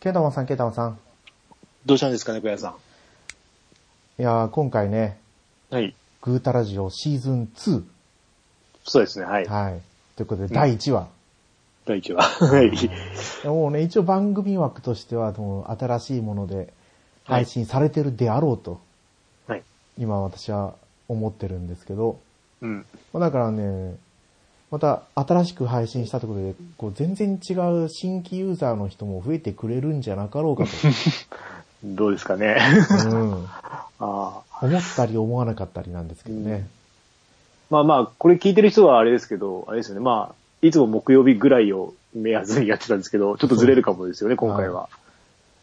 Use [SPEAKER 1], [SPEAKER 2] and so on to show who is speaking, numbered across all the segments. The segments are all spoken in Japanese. [SPEAKER 1] ケンタマンさん、ケンタマンさん。
[SPEAKER 2] どうしたんですかね、小屋さ
[SPEAKER 1] いやー、今回ね、
[SPEAKER 2] ん。はい。
[SPEAKER 1] グータラジオシーズン2。
[SPEAKER 2] そうですね、はい。
[SPEAKER 1] はい。ということで、第1話。
[SPEAKER 2] 第1話。はい。
[SPEAKER 1] もうね、一応番組枠としては、もう新しいもので
[SPEAKER 2] はい
[SPEAKER 1] 配信されてるであろうと、
[SPEAKER 2] はい。
[SPEAKER 1] 今私は思ってるんですけど、
[SPEAKER 2] うん。
[SPEAKER 1] まあだからね、また新しく配信したところで、こう全然違う新規ユーザーの人も増えてくれるんじゃなかろうか
[SPEAKER 2] どうですか ね。
[SPEAKER 1] と、うん、
[SPEAKER 2] ああ。
[SPEAKER 1] 思ったり思わなかったりなんですけどね。
[SPEAKER 2] まあまあ、これ聞いてる人はあれですけど、あれですよね。まあ、いつも木曜日ぐらいを目安にやってたんですけど、ちょっとずれるかもですよね、今回は。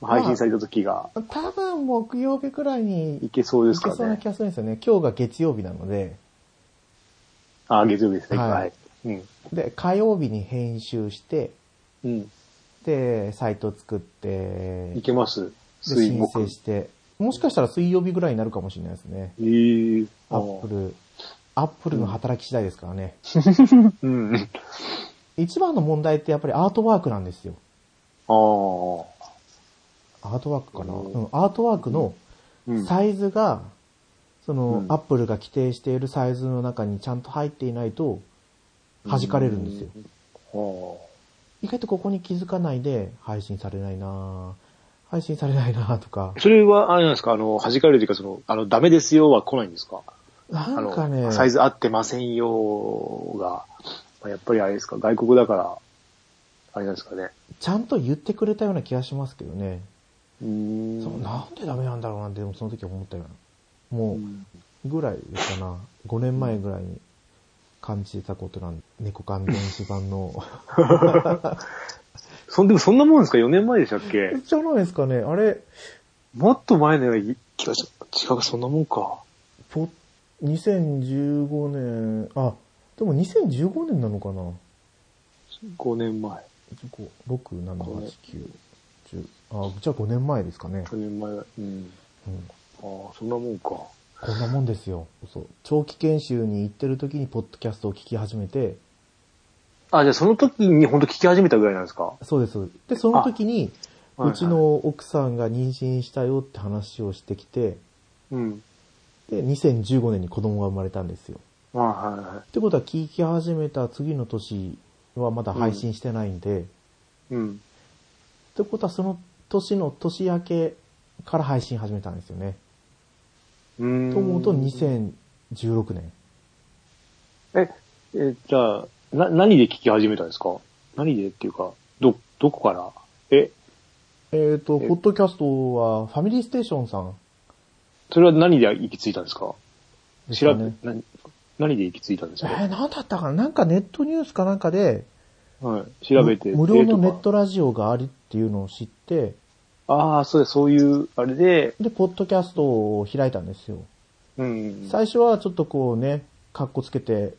[SPEAKER 2] 配信された時が。
[SPEAKER 1] 多分木曜日くらいに
[SPEAKER 2] いけそうです
[SPEAKER 1] い
[SPEAKER 2] か
[SPEAKER 1] けそうな
[SPEAKER 2] ね
[SPEAKER 1] 気。がするんですよね。今日が月曜日なので、
[SPEAKER 2] ああ、月曜日ですね。
[SPEAKER 1] はい
[SPEAKER 2] はい。うん。
[SPEAKER 1] で、火曜日に編集して、
[SPEAKER 2] うん。
[SPEAKER 1] で、サイト作って、
[SPEAKER 2] い
[SPEAKER 1] で、
[SPEAKER 2] けます。水
[SPEAKER 1] 申
[SPEAKER 2] 木
[SPEAKER 1] 請。して、もしかしたら水曜日ぐらいになるかもしれないですね。
[SPEAKER 2] えー、
[SPEAKER 1] アップル、アップルの働き次第ですからね。
[SPEAKER 2] ル。うん。あ
[SPEAKER 1] 一番の問題ってやっぱりアートワークなんですよ。
[SPEAKER 2] あー。
[SPEAKER 1] アートワークかな、
[SPEAKER 2] うん
[SPEAKER 1] うん、アートワークの
[SPEAKER 2] うん。
[SPEAKER 1] サイズが、その
[SPEAKER 2] う、ん
[SPEAKER 1] アップルが規定しているサイズの中にちゃんと入っていないと、弾かれるんですよ。
[SPEAKER 2] よ。
[SPEAKER 1] 意外とここに気づかないで配信されないなぁ配信されないなぁとか
[SPEAKER 2] ああ。。それは、あれなんですかあの、弾かれるというか、その、あの、ダメですよは来ないんですかあ
[SPEAKER 1] なんかね
[SPEAKER 2] の、、サイズ合ってませんよが、まあやっぱりあれですか、外国だから、あれなんですかね。
[SPEAKER 1] ちゃんと言ってくれたような気がしますけどね。
[SPEAKER 2] うーん
[SPEAKER 1] そうなんでダメなんだろうなって、でもその時は思ったような。
[SPEAKER 2] う
[SPEAKER 1] も
[SPEAKER 2] ん
[SPEAKER 1] う、ぐらいですかな。5年前ぐらいに感じてたことなんで、猫缶電子版 の。
[SPEAKER 2] そんでもそんなもんですか ?4 年前でしたっけ
[SPEAKER 1] じゃないですかね。あれ、
[SPEAKER 2] もっと前のような気がした。違う、そんなもんか。
[SPEAKER 1] ぽ、2015年、あ、でも2015年なのかな
[SPEAKER 2] 5年前。
[SPEAKER 1] 5 6、7、8、9、10。あ、じゃあ5年前ですかね。
[SPEAKER 2] 4年前。うん。
[SPEAKER 1] うん
[SPEAKER 2] ああ、そんなもんか。
[SPEAKER 1] こんなもんですよ。そう。長期研修に行ってる時にポッドキャストを聞き始めて、
[SPEAKER 2] あ、じゃあその時に本当聞き始めたぐらいなんですか
[SPEAKER 1] そうです、そうです。で、その時に、
[SPEAKER 2] あはいはいう
[SPEAKER 1] ちの奥さんが妊娠したよって話をしてきて、
[SPEAKER 2] うん。
[SPEAKER 1] で、2015年に子供が生まれたんですよ。
[SPEAKER 2] まあ、はいは
[SPEAKER 1] ってことは聞き始めた次の年はまだ配信してないんで、っ
[SPEAKER 2] い。うん。
[SPEAKER 1] てことはその年の年明けから配信始めたんですよね。
[SPEAKER 2] うーん
[SPEAKER 1] と思うと2016年。
[SPEAKER 2] え、え、じゃあ、な、何で聞き始めたんですか何でっていうか、ど、どこからえ、
[SPEAKER 1] えっ、と、
[SPEAKER 2] え
[SPEAKER 1] ポッドキャストはファミリーステーションさん
[SPEAKER 2] それは何で行き着いたんですか
[SPEAKER 1] です
[SPEAKER 2] 調
[SPEAKER 1] か
[SPEAKER 2] べ、
[SPEAKER 1] ね。
[SPEAKER 2] 何、何で行き着いたんです
[SPEAKER 1] え
[SPEAKER 2] か、
[SPEAKER 1] ー、なんだったかななんかネットニュースかなんかで、
[SPEAKER 2] はい。調べて。
[SPEAKER 1] 無無料のネ
[SPEAKER 2] デ
[SPEAKER 1] ッ
[SPEAKER 2] ーと
[SPEAKER 1] トラジオがありっていうのを知って、
[SPEAKER 2] か。ああ、そうです。そういう、あれで、
[SPEAKER 1] で、ポッドキャストを開いたんですよ。
[SPEAKER 2] うん。
[SPEAKER 1] 最初はちょっとこうね、格好つけて、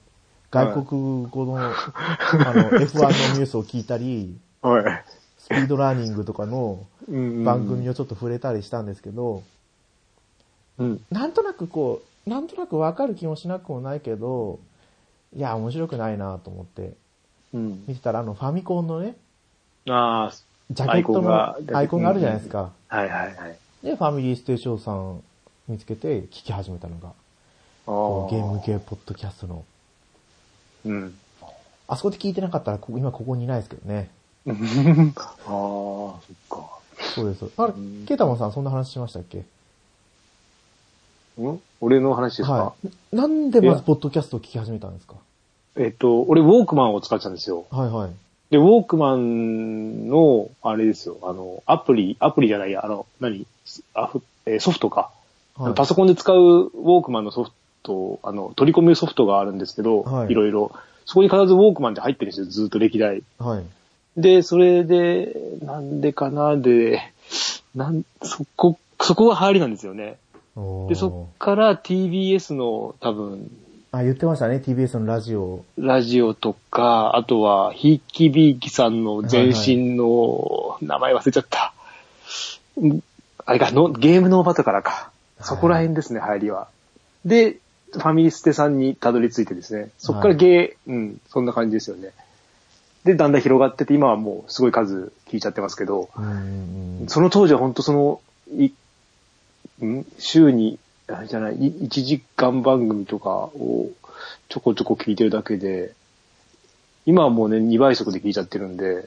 [SPEAKER 1] 外国語の、あの、F1 のニュースを聞いたり、
[SPEAKER 2] はい。
[SPEAKER 1] スピードラーニングとかの
[SPEAKER 2] うん
[SPEAKER 1] 番組をちょっと触れたりしたんですけど、
[SPEAKER 2] うん。
[SPEAKER 1] なんとなくこう、なんとなくわかる気もしなくもないけど、いや、面白くないなと思って、
[SPEAKER 2] うん。
[SPEAKER 1] 見てたらあの、ファミコンのね、
[SPEAKER 2] あ
[SPEAKER 1] ジャケット
[SPEAKER 2] アイコン
[SPEAKER 1] の
[SPEAKER 2] が
[SPEAKER 1] アイコンがあるじゃないですか。
[SPEAKER 2] あ、はいはいはい。
[SPEAKER 1] で、ファミリーステーションさん見つけて聞き始めたのが、
[SPEAKER 2] あ
[SPEAKER 1] こ
[SPEAKER 2] ー
[SPEAKER 1] うゲーム系ポッドキャストの。
[SPEAKER 2] うん。
[SPEAKER 1] あそこで聞いてなかったら、こ今ここにいないですけどね。
[SPEAKER 2] ああ、そっか。
[SPEAKER 1] そうです。あれ
[SPEAKER 2] うん、
[SPEAKER 1] ケータマンさんそんな話しましたっけ
[SPEAKER 2] ん俺の話ですか、
[SPEAKER 1] い。なんでまずポッドキャストを聞き始めたんですか
[SPEAKER 2] えっと、俺、ウォークマンを使ってたんですよ。
[SPEAKER 1] はいはい。
[SPEAKER 2] で、ウォークマンの、あれですよ、あの、アプリ、アプリじゃないや、あの、何アフ、えーソフトか、あ
[SPEAKER 1] は
[SPEAKER 2] の
[SPEAKER 1] い、
[SPEAKER 2] パソコンで使うウォークマンのソフト、あの、取り込みソフトがあるんですけど、
[SPEAKER 1] はい
[SPEAKER 2] い、ろいろ。そこに必ずウォークマンって入ってるんですよ、ずっと歴代。
[SPEAKER 1] はい。
[SPEAKER 2] で、それで、なんでかな、で、なん、そこ、そこが入りなんですよね。
[SPEAKER 1] おー
[SPEAKER 2] で、そっから TBS の多分、
[SPEAKER 1] あ、言ってましたね、TBS のラジオ。
[SPEAKER 2] ラジオとか、あとは、ひいきびいきさんの前身の名前忘れちゃった。うんあれかの、ゲームの場とからか。そこら辺ですね、入りは。で、ファミリステさんにたどり着いてですね。そこからゲー、うん、そんな感じですよね。で、だんだん広がってて、今はもうすごい数聞いちゃってますけど、
[SPEAKER 1] うんうんうん。
[SPEAKER 2] その当時は本当その、い、ん週に、あれじゃない、い1時間番組とかをちょこちょこ聞いてるだけで、今はもうね、2倍速で聞いちゃってるんで、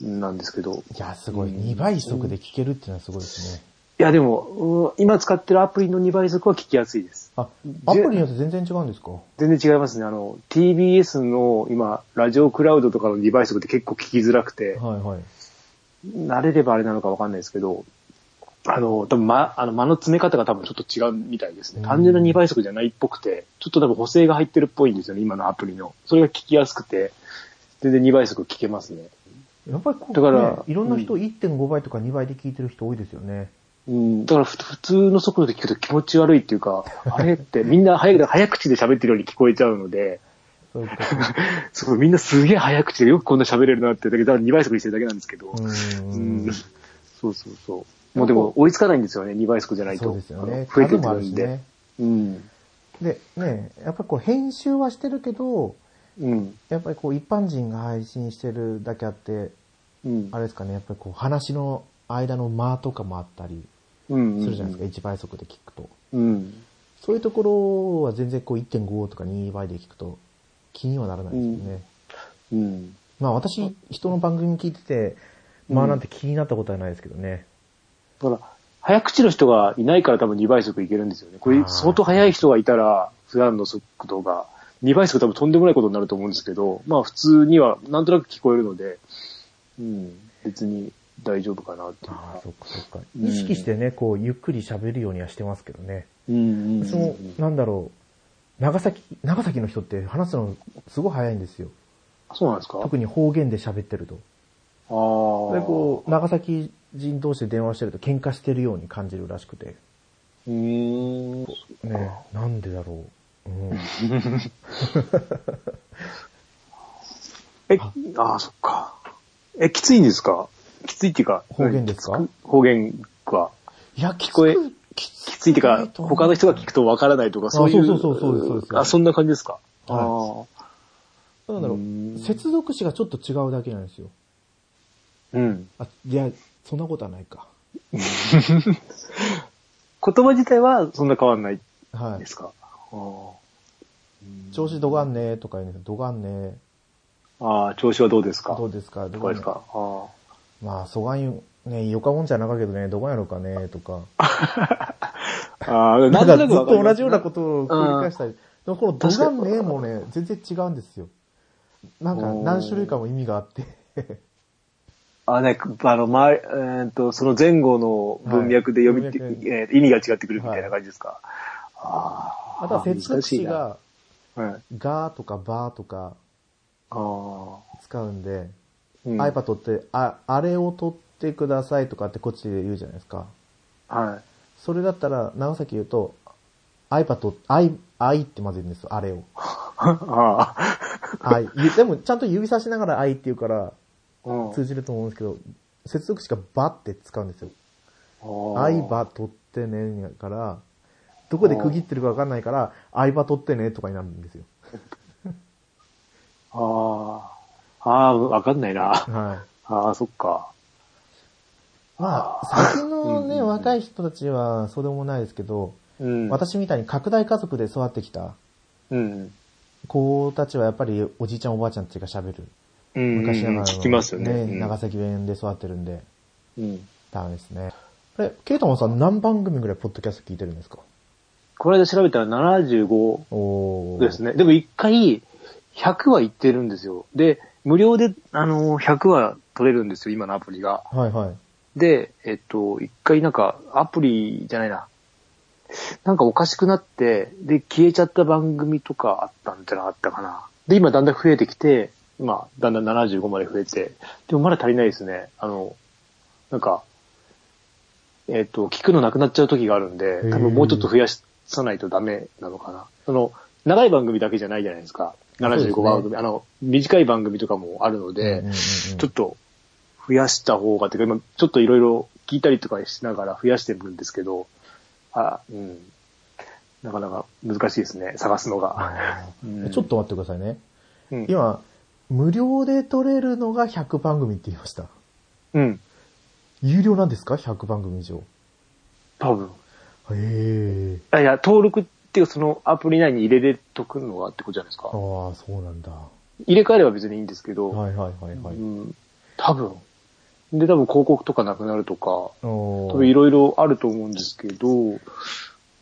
[SPEAKER 2] なんですけど。
[SPEAKER 1] いや、すごい。
[SPEAKER 2] うん
[SPEAKER 1] 2倍速で聞けるっていうのはすごいですね。
[SPEAKER 2] いや、でも、うん今使ってるアプリの2倍速は聞きやすいです。
[SPEAKER 1] あ、アプリによって全然違うんですか
[SPEAKER 2] 全然違いますね。あの、TBS の今、ラジオクラウドとかの2倍速って結構聞きづらくて、
[SPEAKER 1] はいはい。
[SPEAKER 2] 慣れればあれなのかわかんないですけど、あの、多分ま、あの、間の詰め方が多分ちょっと違うみたいです
[SPEAKER 1] う
[SPEAKER 2] ね。
[SPEAKER 1] ん
[SPEAKER 2] 単純な2倍速じゃないっぽくて、ちょっと多分補正が入ってるっぽいんですよね、今のアプリの。それが聞きやすくて、全然2倍速聞けますね。
[SPEAKER 1] やっぱりこう、
[SPEAKER 2] だから
[SPEAKER 1] ねいろんな人
[SPEAKER 2] う
[SPEAKER 1] 1.5倍とか2倍で聞いてる人多いですよね。
[SPEAKER 2] うん、だからふ普通の速度で聞くと気持ち悪いっていうか、 あれってみんな早く早口で喋ってるように聞こえちゃうので、
[SPEAKER 1] そういうこ
[SPEAKER 2] そう、みんなすげえ早口でよくこんな喋れるなってだけだから2倍速にしてるだけなんですけど。
[SPEAKER 1] と。う
[SPEAKER 2] うん
[SPEAKER 1] ん。
[SPEAKER 2] そうそうそう。もうでも追いつかないんですよね、2倍速じゃないと。
[SPEAKER 1] そうですよね。
[SPEAKER 2] あの増えて
[SPEAKER 1] 数
[SPEAKER 2] く
[SPEAKER 1] もあ
[SPEAKER 2] る
[SPEAKER 1] るし
[SPEAKER 2] んで。
[SPEAKER 1] ね。
[SPEAKER 2] うん。
[SPEAKER 1] で、ね、やっぱりこう編集はしてるけど、
[SPEAKER 2] うん。
[SPEAKER 1] やっぱりこう一般人が配信してるだけあって、
[SPEAKER 2] うん。
[SPEAKER 1] あれですかね、やっぱりこう話の間の間とかもあったり
[SPEAKER 2] うん。
[SPEAKER 1] するじゃないですか、1倍速で聞くと。
[SPEAKER 2] うん。
[SPEAKER 1] そういうところは全然こう1.5とか2倍で聞くと気にはならないですよね。
[SPEAKER 2] うん。
[SPEAKER 1] まあ私、人の番組聞いてて、まあなんて気になったことはないですけどね。
[SPEAKER 2] だから、早口の人がいないから多分2倍速いけるんですよね。こ
[SPEAKER 1] あ
[SPEAKER 2] れ
[SPEAKER 1] ー
[SPEAKER 2] 相当早い人がいたら、普段の速度が2倍速多分とんでもないことになると思うんですけど、まあ普通にはなんとなく聞こえるので、うん。別に大丈夫かなっていう
[SPEAKER 1] ああ、
[SPEAKER 2] か。
[SPEAKER 1] そっかそっか。
[SPEAKER 2] うん
[SPEAKER 1] 意識してね、こう、ゆっくり喋るようにはしてますけどね。
[SPEAKER 2] うんうん。
[SPEAKER 1] その、なんだろう、長崎、長崎の人って話すのすごい早いんですよ。
[SPEAKER 2] そうなんですか
[SPEAKER 1] 特に方言で喋ってると。
[SPEAKER 2] ああ。
[SPEAKER 1] で、こう、長崎人同士で電話してると喧嘩してるように感じるらしくて。
[SPEAKER 2] うーん。
[SPEAKER 1] ね、なんでだろう。うん。
[SPEAKER 2] え
[SPEAKER 1] あ、
[SPEAKER 2] ああ、そっか。え、きついんですかきついっていうか。
[SPEAKER 1] 方言ですか
[SPEAKER 2] うんきつく方言が。
[SPEAKER 1] いや、聞
[SPEAKER 2] こえ、
[SPEAKER 1] きつ
[SPEAKER 2] きついっていうか、他の人が聞くとわからないとか、そういう。
[SPEAKER 1] そうそうそうそうですそうです
[SPEAKER 2] あ、そんな感じですか。
[SPEAKER 1] は
[SPEAKER 2] ああ。
[SPEAKER 1] なんだろ
[SPEAKER 2] う
[SPEAKER 1] う、
[SPEAKER 2] ん
[SPEAKER 1] 接続詞がちょっと違うだけなんですよ。
[SPEAKER 2] うん。
[SPEAKER 1] あ、いや、そんなことはないか。
[SPEAKER 2] 言葉自体はそんな変わんない
[SPEAKER 1] はい
[SPEAKER 2] で。すか。あ
[SPEAKER 1] 調子どがんねーとか言うんですけど、どがんねー、
[SPEAKER 2] あああ、調子はどうですか
[SPEAKER 1] ど
[SPEAKER 2] ど
[SPEAKER 1] うですか、ど
[SPEAKER 2] う
[SPEAKER 1] がん
[SPEAKER 2] で
[SPEAKER 1] ね
[SPEAKER 2] すかあ
[SPEAKER 1] まあ、そがんよ、ね、よかもんじゃなかけどね、どがんやろかねーとか。
[SPEAKER 2] あ。ああ、
[SPEAKER 1] なんかずっ
[SPEAKER 2] わかり
[SPEAKER 1] と同
[SPEAKER 2] ます
[SPEAKER 1] じようなことを繰り返したり。でもこのどがんねーもね、全然違うんですよ。なんか
[SPEAKER 2] おー
[SPEAKER 1] 何種類かも意味があって。
[SPEAKER 2] あ、ね、あの、ま、えーっと、その前後の文脈で読みて、
[SPEAKER 1] はい文脈
[SPEAKER 2] えー意味が違ってくるみたいな感じですか。ああ。
[SPEAKER 1] あとは接続詞が、
[SPEAKER 2] 難しいな。はい。
[SPEAKER 1] がーとかばーとか
[SPEAKER 2] あ
[SPEAKER 1] 使うんで、
[SPEAKER 2] あ。うん。
[SPEAKER 1] iPad って、あ、あれを取ってくださいとかってこっちで言うじゃないですか。
[SPEAKER 2] はい。
[SPEAKER 1] それだったら、長崎言うと、iPad、i、i って混ぜるんですよ、あ れを。
[SPEAKER 2] ああ。
[SPEAKER 1] はい。ゆでも、ちゃんと指さしながら愛って言うから、
[SPEAKER 2] うん
[SPEAKER 1] 通じると思うんですけど、接続詞がばって使うんですよ。
[SPEAKER 2] ああ
[SPEAKER 1] 愛ば取ってねやから、どこで区切ってるかわかんないから、愛ば取ってねとかになるんですよ。
[SPEAKER 2] ああ。ああ、わかんないな。
[SPEAKER 1] は
[SPEAKER 2] ああ、そっか。
[SPEAKER 1] い。まあ、最近の
[SPEAKER 2] うんうん
[SPEAKER 1] ね、
[SPEAKER 2] うん
[SPEAKER 1] 若い人たちはそうでもないですけど、
[SPEAKER 2] うん。
[SPEAKER 1] 私みたいに拡大家族で育ってきた
[SPEAKER 2] うん。
[SPEAKER 1] 子たちはやっぱりおじいちゃんおばあちゃんたちが喋る。
[SPEAKER 2] うん。
[SPEAKER 1] 昔ながらの、
[SPEAKER 2] 聞きますよね。うん
[SPEAKER 1] 長崎弁で育ってるんで、
[SPEAKER 2] うん。
[SPEAKER 1] ダメですね。え、ケイタマンさん何番組ぐらいポッドキャスト聞いてるんですか
[SPEAKER 2] この間調べたら75
[SPEAKER 1] おー。
[SPEAKER 2] ですね。でも一回、100は行ってるんですよ。で、無料で、あのー、100は取れるんですよ、今のアプリが。
[SPEAKER 1] はいはい。
[SPEAKER 2] で、えっと、一回なんか、アプリじゃないな。なんかおかしくなって、で、消えちゃった番組とかあったんじゃなかったかな。で、今だんだん増えてきて、今、だんだん75まで増えて、でもまだ足りないですね。あの、なんか、えっと、聞くのなくなっちゃう時があるんで、多分もうちょっと増やさないとダメなのかな。その、長い番組だけじゃないじゃないですか。75番組、あの、短い番組とかもあるので、
[SPEAKER 1] うんうんうんうん
[SPEAKER 2] ちょっと増やした方が、てか今ちょっといろいろ聞いたりとかしながら増やしてるんですけど、あ、うん。なかなか難しいですね、探すのが。
[SPEAKER 1] あー
[SPEAKER 2] うん
[SPEAKER 1] ちょっと待ってくださいね。
[SPEAKER 2] うん、
[SPEAKER 1] 今、無料で撮れるのが100番組って言いました。
[SPEAKER 2] うん。
[SPEAKER 1] 有料なんですか ?100 番組以上。
[SPEAKER 2] 多分。
[SPEAKER 1] へえ。
[SPEAKER 2] あいや、登録っていうそのアプリ内に入れれとくのはってことじゃないです
[SPEAKER 1] ああ
[SPEAKER 2] か。
[SPEAKER 1] ー、そうなんだ。は
[SPEAKER 2] 入れ替えれば別にいいんですけど、
[SPEAKER 1] いはいはいはい。
[SPEAKER 2] うん。多分。で、多分広告とかなくなるとか、
[SPEAKER 1] お
[SPEAKER 2] 多
[SPEAKER 1] ー
[SPEAKER 2] 分いろいろあると思うんですけど、う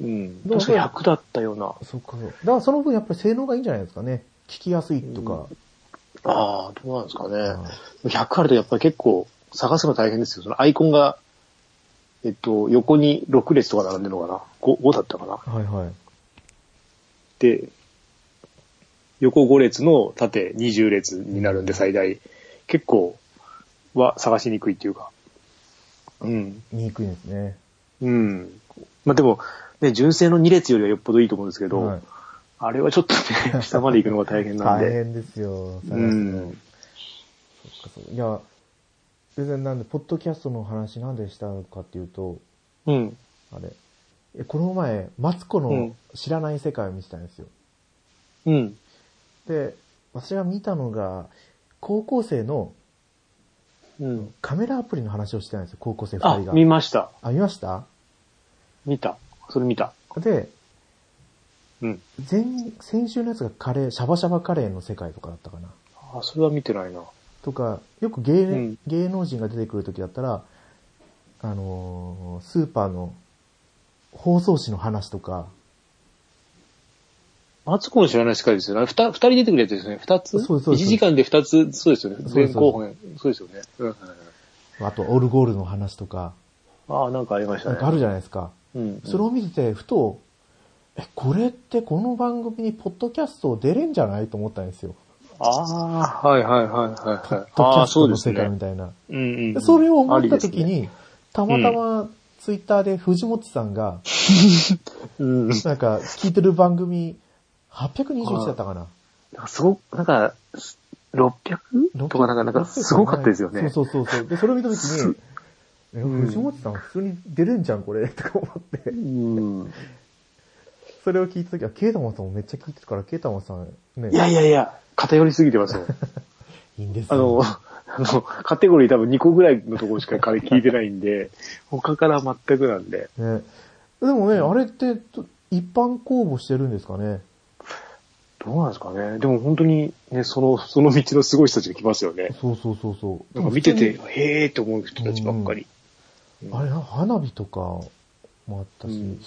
[SPEAKER 2] ん。
[SPEAKER 1] どう
[SPEAKER 2] 確か100だったような。
[SPEAKER 1] そっか。だからその分やっぱり性能がいいんじゃないですかね。聞きやすいとか。
[SPEAKER 2] ああ、どうなんですか
[SPEAKER 1] は
[SPEAKER 2] ね
[SPEAKER 1] い。
[SPEAKER 2] 100あるとやっぱり結構探すの大変ですよ。そのアイコンが、えっと、横に6列とか並んでるのかな 5, ?5 だったかな
[SPEAKER 1] はいはい。
[SPEAKER 2] で、横5列の縦20列になるんで最大。結構は探しにくいっていうか。うん。
[SPEAKER 1] 見にくいですね。
[SPEAKER 2] うん。まあ、でも、ね、純正の2列よりはよっぽどいいと思うんですけど、
[SPEAKER 1] はい
[SPEAKER 2] あれはちょっとね、下まで行くのが大変なん
[SPEAKER 1] 大
[SPEAKER 2] で。
[SPEAKER 1] 変ですよ。探
[SPEAKER 2] う
[SPEAKER 1] すの
[SPEAKER 2] ん。
[SPEAKER 1] そっかそういや、全然なんで、ポッドキャストの話なんでしたかっていうと、
[SPEAKER 2] うん。
[SPEAKER 1] あれ、えこの前、マツコ
[SPEAKER 2] う
[SPEAKER 1] の
[SPEAKER 2] ん
[SPEAKER 1] 知らない世界を見てたんですよ。
[SPEAKER 2] うん。
[SPEAKER 1] で、私が見たのが、高校生の
[SPEAKER 2] うん。
[SPEAKER 1] カメラアプリの話をしてたんですよ、高校生
[SPEAKER 2] あ
[SPEAKER 1] 2人、が。
[SPEAKER 2] 見ました。
[SPEAKER 1] あ、見ました
[SPEAKER 2] 見た。それ見た。
[SPEAKER 1] で、
[SPEAKER 2] うん。
[SPEAKER 1] 前、先週のやつがカレー、シャバシャバカレーの世界とかだったかな。
[SPEAKER 2] あ、それは見てないな。
[SPEAKER 1] とか、よく芸,、
[SPEAKER 2] うん
[SPEAKER 1] 芸能人が出てくるときだったら、あのースーパーの放送紙の話とか、
[SPEAKER 2] マツコの知らない世界ですよね。ふた、二人出てくるやつですよね。二つ
[SPEAKER 1] そうですそうです
[SPEAKER 2] 一時間で二つ、そうですよね。
[SPEAKER 1] そうで
[SPEAKER 2] 前
[SPEAKER 1] す
[SPEAKER 2] 後半、そうですよね。うん。
[SPEAKER 1] あとオルゴールの話とか、
[SPEAKER 2] ああ、なんかありました
[SPEAKER 1] な
[SPEAKER 2] ね。
[SPEAKER 1] んかあるじゃないですか。
[SPEAKER 2] うん。
[SPEAKER 1] それを見てて、ふと、え、これってこの番組にポッドキャスト出れんじゃないと思ったんですよ。
[SPEAKER 2] ああ、はいはいはいはいはい。
[SPEAKER 1] ポッドキ
[SPEAKER 2] あ
[SPEAKER 1] ャ
[SPEAKER 2] あ、
[SPEAKER 1] ス
[SPEAKER 2] そ
[SPEAKER 1] ト
[SPEAKER 2] うで
[SPEAKER 1] の
[SPEAKER 2] す
[SPEAKER 1] 世界
[SPEAKER 2] ね
[SPEAKER 1] み。たいな。
[SPEAKER 2] うんう
[SPEAKER 1] で
[SPEAKER 2] ん。
[SPEAKER 1] それを思ったとき
[SPEAKER 2] ありですね。
[SPEAKER 1] に、たまたまツイッターで藤本さんが、
[SPEAKER 2] うん。
[SPEAKER 1] なんか聞いてる番組、821だったかな。
[SPEAKER 2] なんかすごく、なんか、す 600? とかなんか、なんか、すごかったですよね。
[SPEAKER 1] そうそうそうそう。で、それ見たときに、え
[SPEAKER 2] ん
[SPEAKER 1] 藤本さん普通に出るんじゃん、これ、と か思って。
[SPEAKER 2] うん。
[SPEAKER 1] それを聞いたときは、ケイタマンさんもめっちゃ聞いてるから、ケイタマンさんね、
[SPEAKER 2] いやいやいや、偏りすぎてますよ。
[SPEAKER 1] いいんです
[SPEAKER 2] あの、
[SPEAKER 1] よ。
[SPEAKER 2] あの、カテゴリー多分2個ぐらいのところしか彼聞いてないんで、 他から全くなんで。
[SPEAKER 1] ね、でもね、あれって、ど一般公募してるんですかね。
[SPEAKER 2] どうなんですかね。でも本当に、ね、その、その道のすごい人たちが来ますよね。
[SPEAKER 1] そうそうそうそう。
[SPEAKER 2] なんか見てて、
[SPEAKER 1] 普通
[SPEAKER 2] へーって思う人たちばっかり。
[SPEAKER 1] に。あれ、なんか花火とかもあったし。
[SPEAKER 2] うん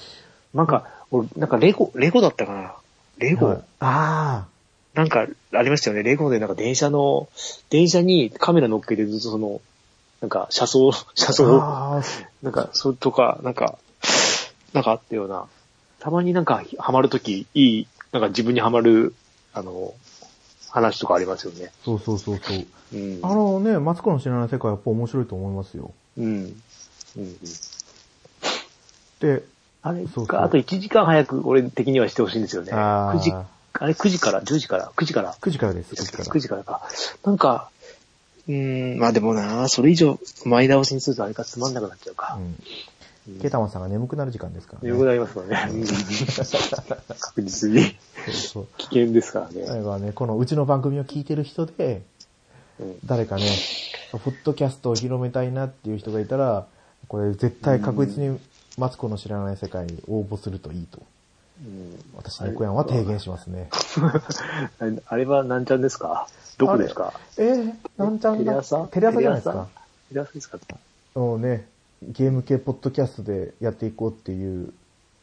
[SPEAKER 2] なんか、俺、なんかレゴ、レゴだったかな。レゴ、
[SPEAKER 1] はいあ
[SPEAKER 2] なんか、ありましたよね。レゴでなんか電車の、電車にカメラ乗っけてずっとその、なんか車窓、車
[SPEAKER 1] あ。
[SPEAKER 2] 窓を、
[SPEAKER 1] ああ。
[SPEAKER 2] なんか、それとか、なんか、なんかあったような。たまになんか、ハマるとき、いい、なんか自分にハマる、あの、話とかありますよね。
[SPEAKER 1] そうそうそうそう。
[SPEAKER 2] うん。
[SPEAKER 1] あのね、マツコの知らない世界はやっぱ面白いと思いますよ。
[SPEAKER 2] うん。うん。
[SPEAKER 1] で、
[SPEAKER 2] あれ
[SPEAKER 1] そうそう
[SPEAKER 2] があと1時間早く俺的にはしてほしいんですよね。
[SPEAKER 1] あー
[SPEAKER 2] 9時、あれ9時から ?10 時から ?9 時から
[SPEAKER 1] 9時からです、9時から。
[SPEAKER 2] ?9 時からか。なんか、うーん、まあでもな、それ以上前倒しにするとあれがつまんなくなっちゃうか。
[SPEAKER 1] うん。ケータマンさんが眠くなる時間ですからね。
[SPEAKER 2] 眠くなりますもんね。うん 確実に
[SPEAKER 1] そうそう。
[SPEAKER 2] 危険ですから
[SPEAKER 1] だか
[SPEAKER 2] ね。
[SPEAKER 1] らね、このうちの番組を聞いてる人で、
[SPEAKER 2] うん
[SPEAKER 1] 誰かね、ポッドキャストを広めたいなっていう人がいたら、これ絶対確実にマツコの知らない世界に応募するといいと。
[SPEAKER 2] うん
[SPEAKER 1] 私、猫やんは提言しますね。
[SPEAKER 2] あれは何ちゃんですかどこですか
[SPEAKER 1] えー、なんちゃんだ
[SPEAKER 2] テレ朝
[SPEAKER 1] テレ朝じゃないですか。
[SPEAKER 2] テレ朝ですか
[SPEAKER 1] もうね、ゲーム系ポッドキャストでやっていこうっていう、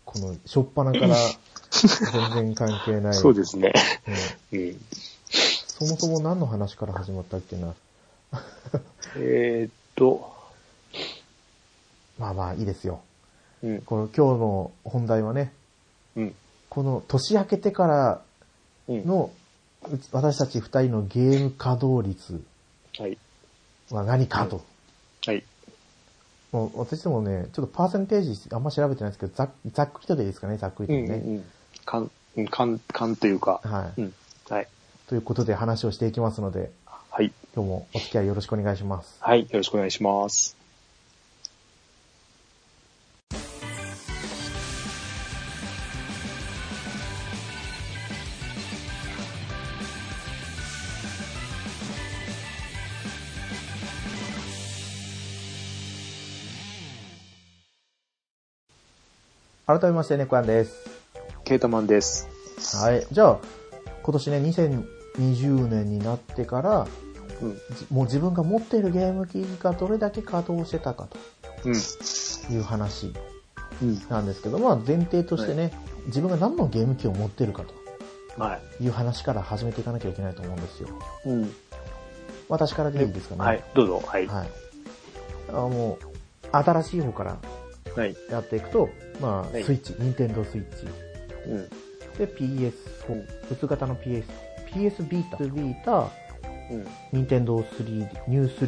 [SPEAKER 1] この、しょっぱなから、全然関係ない。
[SPEAKER 2] そうですね。
[SPEAKER 1] うん
[SPEAKER 2] うん
[SPEAKER 1] そもそも何の話から始まったっけな。
[SPEAKER 2] えーっと、
[SPEAKER 1] まあまあ、いいですよ。
[SPEAKER 2] うん。
[SPEAKER 1] この今日の本題はね、
[SPEAKER 2] うん。
[SPEAKER 1] この年明けてから
[SPEAKER 2] うん。
[SPEAKER 1] の、うち私たち二人のゲーム稼働率
[SPEAKER 2] はい。
[SPEAKER 1] は何かと。
[SPEAKER 2] はい。
[SPEAKER 1] もう私どもね、ちょっとパーセンテージあんま調べてないですけど、ざっざっくりとでいいですかね、ざっくり
[SPEAKER 2] う
[SPEAKER 1] と
[SPEAKER 2] んうん
[SPEAKER 1] ね。
[SPEAKER 2] うん。かん、うん、かん、かんというか。
[SPEAKER 1] は
[SPEAKER 2] う
[SPEAKER 1] い。
[SPEAKER 2] ん。はい。
[SPEAKER 1] ということで話をしていきますので、
[SPEAKER 2] はい。
[SPEAKER 1] 今日もお付き合いよろしくお願いします。
[SPEAKER 2] はい。よろしくお願いします。
[SPEAKER 1] 改めまして、ネコアンです。
[SPEAKER 2] ケータマンです。
[SPEAKER 1] はい。じゃあ、今年ね、2020年になってから、
[SPEAKER 2] うん。
[SPEAKER 1] じもう自分が持っているゲーム機がどれだけ稼働してたか
[SPEAKER 2] うん。
[SPEAKER 1] という話
[SPEAKER 2] うん。
[SPEAKER 1] なんですけど、まあ前提としてね、自分が何のゲーム機を持ってるかと
[SPEAKER 2] はい。
[SPEAKER 1] いう話から始めていかなきゃいけないと思うんですよ。
[SPEAKER 2] うん。
[SPEAKER 1] 私からでいいですかね。
[SPEAKER 2] はい。どうぞ。はい。
[SPEAKER 1] はい。あもう、新しい方から
[SPEAKER 2] はい。
[SPEAKER 1] やっていくと、まあ、
[SPEAKER 2] はい
[SPEAKER 1] スイッチ、ニンテンドースイッチ。
[SPEAKER 2] うん。
[SPEAKER 1] で、PS4、薄型の PS、PS ビータ、ビータ、
[SPEAKER 2] うん。
[SPEAKER 1] ニンテンドー 3D、ニュー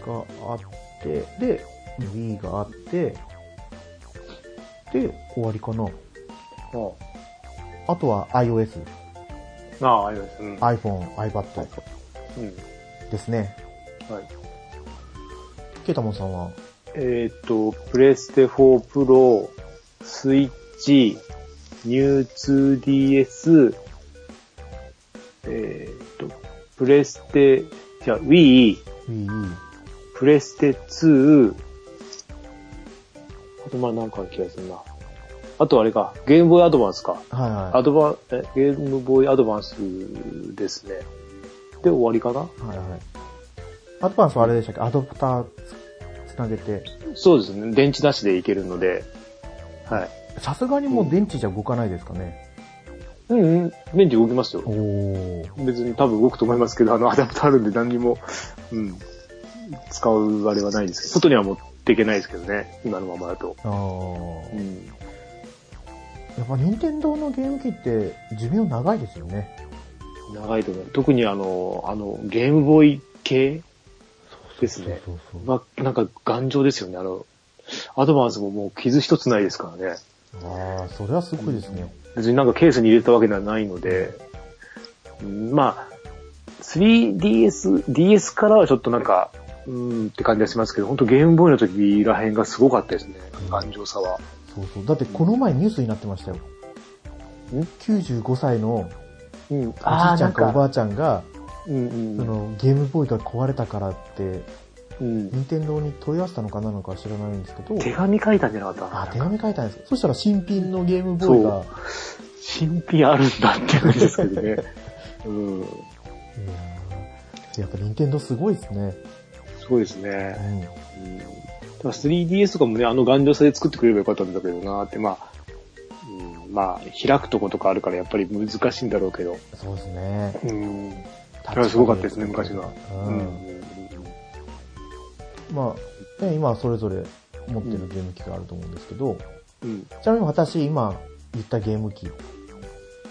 [SPEAKER 1] 3DS があって、で、Wii があって、で、終わりかな。
[SPEAKER 2] お
[SPEAKER 1] あとは iOS、
[SPEAKER 2] ああ、あります。うん。
[SPEAKER 1] iPhone、iPad
[SPEAKER 2] うん。
[SPEAKER 1] ですね。
[SPEAKER 2] はい。
[SPEAKER 1] ケータモンさんは、
[SPEAKER 2] えーっと、プレステ4プロ、スイッチ、ニュー 2DS、えーっと、プレステ、じゃあ Wii、
[SPEAKER 1] Wii、
[SPEAKER 2] プレステ2、あとまあなんかある気がするな。あとあれか、ゲームボーイアドバンスか。
[SPEAKER 1] はいはい。
[SPEAKER 2] アドバン、え、ゲームボーイアドバンスですね。で、終わりかな
[SPEAKER 1] はいはい。アドバンスはあれでしたっけアドプターつつなげて。
[SPEAKER 2] そうですね。電池なしでいけるので、はい。
[SPEAKER 1] さすがにもう電池じゃ動かないですかね。
[SPEAKER 2] うんうん、電池動きますよ。
[SPEAKER 1] おー。
[SPEAKER 2] 別に多分動くと思いますけど、あの、アダプターあるんで何にも、うん、使うあれはないですけど、外には持っていけないですけどね、今のままだと。
[SPEAKER 1] あ
[SPEAKER 2] う
[SPEAKER 1] ー。
[SPEAKER 2] ん。
[SPEAKER 1] やっぱ任天堂のゲーム機って寿命長いですよね。
[SPEAKER 2] 長いと思う。特にあの、あの、ゲームボーイ系ですね。
[SPEAKER 1] そうそうそう。
[SPEAKER 2] まあ、なんか頑丈ですよね、あの、アドバンスももう傷一つないですからね。
[SPEAKER 1] ああ、それはすごいですね。
[SPEAKER 2] 別になんかケースに入れたわけではないので、うんまあ、3DS、DS からはちょっとなんか、うんって感じがしますけど、本当ゲームボーイの時らへんがすごかったですね、頑丈さは。
[SPEAKER 1] そうそう。だってこの前ニュースになってましたよ。
[SPEAKER 2] ん
[SPEAKER 1] ?95 歳の
[SPEAKER 2] うん。
[SPEAKER 1] おじいちゃんかおば
[SPEAKER 2] あ
[SPEAKER 1] あちゃんが、
[SPEAKER 2] ー、うんうん。
[SPEAKER 1] そのゲームボーイが壊れたからって、
[SPEAKER 2] うん。
[SPEAKER 1] 任天堂に問い合わせたのかなのか知らないんですけど、
[SPEAKER 2] 手紙書いたんじゃなかった
[SPEAKER 1] あ、
[SPEAKER 2] か
[SPEAKER 1] 手
[SPEAKER 2] な
[SPEAKER 1] 紙書いたんですかそしたら新品のゲームボーイが、
[SPEAKER 2] 新品あるんだって感じですけどね。 う
[SPEAKER 1] い
[SPEAKER 2] ん。
[SPEAKER 1] やーやっぱ任天堂すごいですね。
[SPEAKER 2] そうです
[SPEAKER 1] う
[SPEAKER 2] ね。
[SPEAKER 1] ん。
[SPEAKER 2] うん。だから 3DS とかもね、あの頑丈さで作ってくれればよかったんだけどなって、まあ、うん、まあ、開くとことかあるからやっぱり難しいんだろうけど。
[SPEAKER 1] そうですね。
[SPEAKER 2] うん。だからすごかったですね、昔は。
[SPEAKER 1] う。
[SPEAKER 2] うんん。
[SPEAKER 1] まあ、ね、今はそれぞれ持ってるゲーム機があると思うんですけど、
[SPEAKER 2] うん。
[SPEAKER 1] ちなみに私今言ったゲーム機、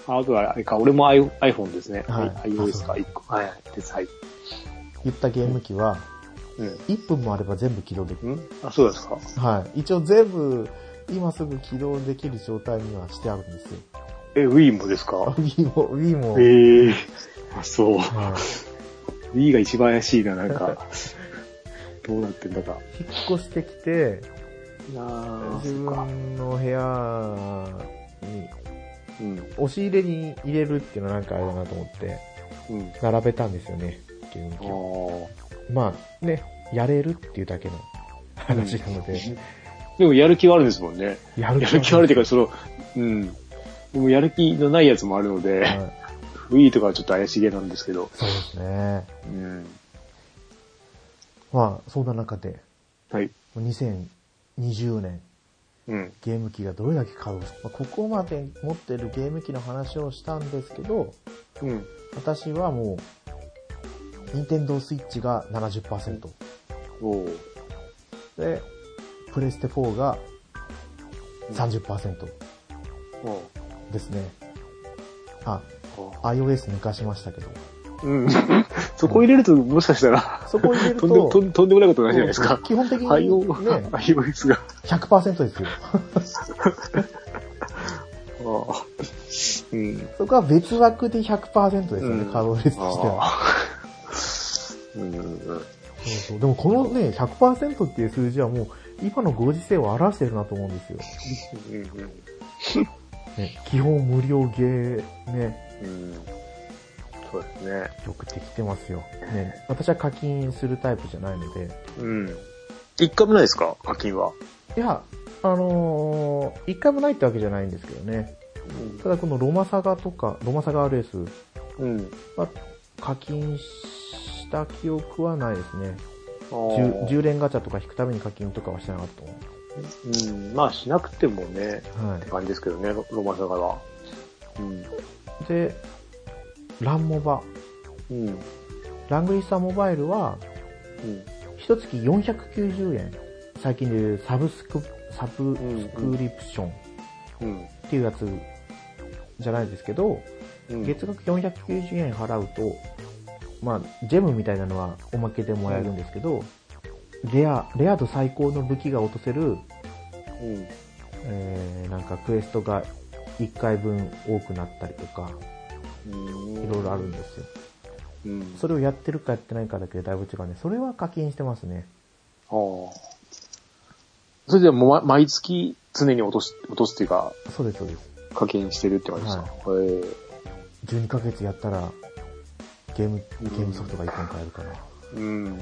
[SPEAKER 2] あとは、あれか、俺も i- iPhone ですね。
[SPEAKER 1] は
[SPEAKER 2] はいい。iOS か、
[SPEAKER 1] あそう
[SPEAKER 2] 一個。はい。です。はい。
[SPEAKER 1] 言ったゲーム機は、
[SPEAKER 2] うん。
[SPEAKER 1] 1分もあれば全部起動できる。
[SPEAKER 2] うんあ、そうですか。
[SPEAKER 1] はい。一応全部、今すぐ起動できる状態にはしてあるんですよ。
[SPEAKER 2] え、Wii もですか
[SPEAKER 1] Wii も、Wii も。
[SPEAKER 2] ええあ、そう。
[SPEAKER 1] はい
[SPEAKER 2] Wii が一番怪しいな、なんか。 どうなってんだか。
[SPEAKER 1] 引っ越してきて、
[SPEAKER 2] あ
[SPEAKER 1] 自分の部屋に、
[SPEAKER 2] うん。
[SPEAKER 1] 押し入れに入れるっていうのはなんかあれだなと思って、
[SPEAKER 2] うん。
[SPEAKER 1] 並べたんですよね、ゲーム機を
[SPEAKER 2] あ
[SPEAKER 1] まあね、やれるっていうだけの話なので、
[SPEAKER 2] あ。でもやる気はあるんですもん ね。
[SPEAKER 1] やる
[SPEAKER 2] やる気はあるというか、その、うん。でもやる気のないやつもあるので、
[SPEAKER 1] はい
[SPEAKER 2] Wii とかはちょっと怪しげなんですけど。
[SPEAKER 1] そうですね。
[SPEAKER 2] うん。
[SPEAKER 1] まあ、そんな中で、
[SPEAKER 2] はい。
[SPEAKER 1] 2020年、
[SPEAKER 2] うん。
[SPEAKER 1] ゲーム機がどれだけ買う、まあ、ここまで持ってるゲーム機の話をしたんですけど、
[SPEAKER 2] うん。
[SPEAKER 1] 私はもう、任天堂スイッチが70%、
[SPEAKER 2] おー
[SPEAKER 1] で、プレステ4が30%
[SPEAKER 2] おー
[SPEAKER 1] ですね。あ、
[SPEAKER 2] おー
[SPEAKER 1] iOS 抜かしましたけど、
[SPEAKER 2] うん。そこ入れると、もしかしたら、
[SPEAKER 1] そこ入れる
[SPEAKER 2] とんでもと
[SPEAKER 1] と、
[SPEAKER 2] んとんでもないことになるじゃないですか。
[SPEAKER 1] 基本的
[SPEAKER 2] はい、
[SPEAKER 1] にね、
[SPEAKER 2] iOS が。
[SPEAKER 1] 100%ですよ。
[SPEAKER 2] ああ。うん。
[SPEAKER 1] そこは別枠で100%ですよ
[SPEAKER 2] う
[SPEAKER 1] ね、
[SPEAKER 2] ん
[SPEAKER 1] 稼働率としては。
[SPEAKER 2] ああうんうん
[SPEAKER 1] そうそうでもこのね、100%っていう数字はもう、今のご時世を表してるなと思うんですよ。ね、基本無料ゲー、ね、
[SPEAKER 2] うん。そうですね。
[SPEAKER 1] よくできてますよ。ね、私は課金するタイプじゃないので。
[SPEAKER 2] うん。一回もないですか課金は。
[SPEAKER 1] いや、あのー一回もないってわけじゃないんですけどね。ただこのロマサガとか、ロマサガ RS
[SPEAKER 2] うん。うん。
[SPEAKER 1] は課金した記憶はないですね。
[SPEAKER 2] あ
[SPEAKER 1] 10,
[SPEAKER 2] ー
[SPEAKER 1] 10連ガチャとか引くために課金とかはしてなかったと思
[SPEAKER 2] うん。まあ、しなくてもね、
[SPEAKER 1] う。は
[SPEAKER 2] って感じですけどね、ロロマサガは。うん。
[SPEAKER 1] い。で、ランモバ。
[SPEAKER 2] うん。うん。
[SPEAKER 1] ラングリッサーモバイルは、一月490円。最近でいうサブスク、サブスクリプション
[SPEAKER 2] うん。
[SPEAKER 1] っていうやつじゃないですけど、
[SPEAKER 2] うん。
[SPEAKER 1] 月額490円払うと、まあ、ジェムみたいなのはおまけでもらえるんですけど、レア、レア度最高の武器が落とせる、
[SPEAKER 2] うん。
[SPEAKER 1] えー、なんかクエストが1回分多くなったりとか、
[SPEAKER 2] うん
[SPEAKER 1] いろいろあるんですよ。
[SPEAKER 2] うん。
[SPEAKER 1] それをやってるかやってないかだけでだいぶ違うね。それは課金してますね。
[SPEAKER 2] ああ。それでもうま毎月常に落とし、落とすっていうか、
[SPEAKER 1] そうです、そうです。
[SPEAKER 2] 課金してるって感じですか。へえ
[SPEAKER 1] 12ヶ月やったら、ゲーム、ゲームソフトが1本買えるかな。
[SPEAKER 2] うん。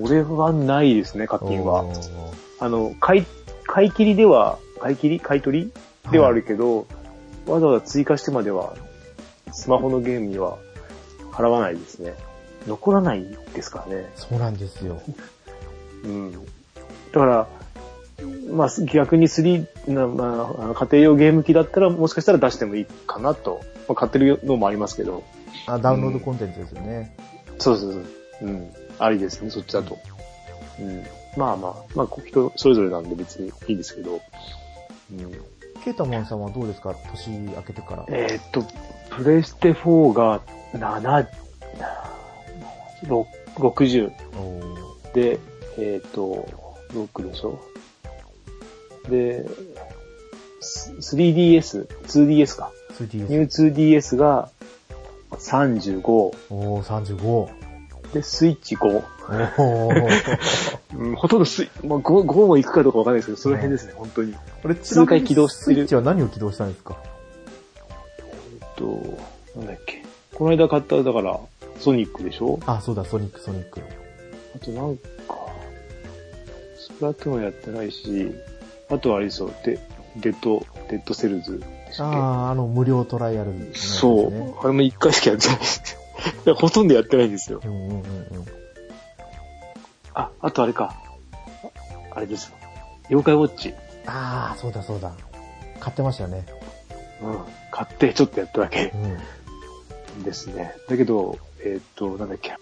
[SPEAKER 2] 俺はないですね、課金は
[SPEAKER 1] お。ー
[SPEAKER 2] あの、買い、買い切りでは、買い切り買い取りではあるけど、わざわざ追加してまでは、スマホのゲームには払わないですね。残らないですからね。
[SPEAKER 1] そうなんですよ。
[SPEAKER 2] うん。だから、まあ、逆に3、なまあ、あの家庭用ゲーム機だったら、もしかしたら出してもいいかなと。まあ、買ってるのもありますけど。
[SPEAKER 1] あ、ダウンロードコンテンツですよね。
[SPEAKER 2] そうそうそう。うん。ありですね、そっちだと。うん。まあまあ、まあ、こう人それぞれなんで別にいいんですけど。うん。
[SPEAKER 1] ケータマンさんはどうですか年明けてから。
[SPEAKER 2] えーっと、プレステ4が7、6 60
[SPEAKER 1] おー
[SPEAKER 2] で、えーっと、6でしょで、す 3DS、2DS か。ニュ
[SPEAKER 1] 2DS。
[SPEAKER 2] ー 2DS が35、
[SPEAKER 1] おー、35。
[SPEAKER 2] で、スイッチ5。
[SPEAKER 1] お ー。
[SPEAKER 2] うん、ほとんどスイまあ、5, 5も行くかどうかわかんないですけど、その辺ですね、本当に。え
[SPEAKER 1] これ、
[SPEAKER 2] 数回起動してる
[SPEAKER 1] スイッチは何を起動したんですか
[SPEAKER 2] っと、なんだっけ。この間買った、だから、ソニックでしょ
[SPEAKER 1] あ、そうだ、ソニック、ソニック。
[SPEAKER 2] あとなんか、スプラトゥーンやってないし、あとはあれですよ、でデッド、デッドセルズでしたっけ
[SPEAKER 1] あー、あの、無料トライアルのやつね。
[SPEAKER 2] そう、あれも一回しかやってないです。だ からほとんどやってないんですよ。
[SPEAKER 1] うんうんうんうん。
[SPEAKER 2] あ、あとあれか。ああれですよ。妖怪ウォッチ。
[SPEAKER 1] あー、そうだ、そうだ。買ってましたね。
[SPEAKER 2] うん。買ってちょっとやっただけ
[SPEAKER 1] うん。
[SPEAKER 2] ですね。だけど、えーっと、なんだっけ。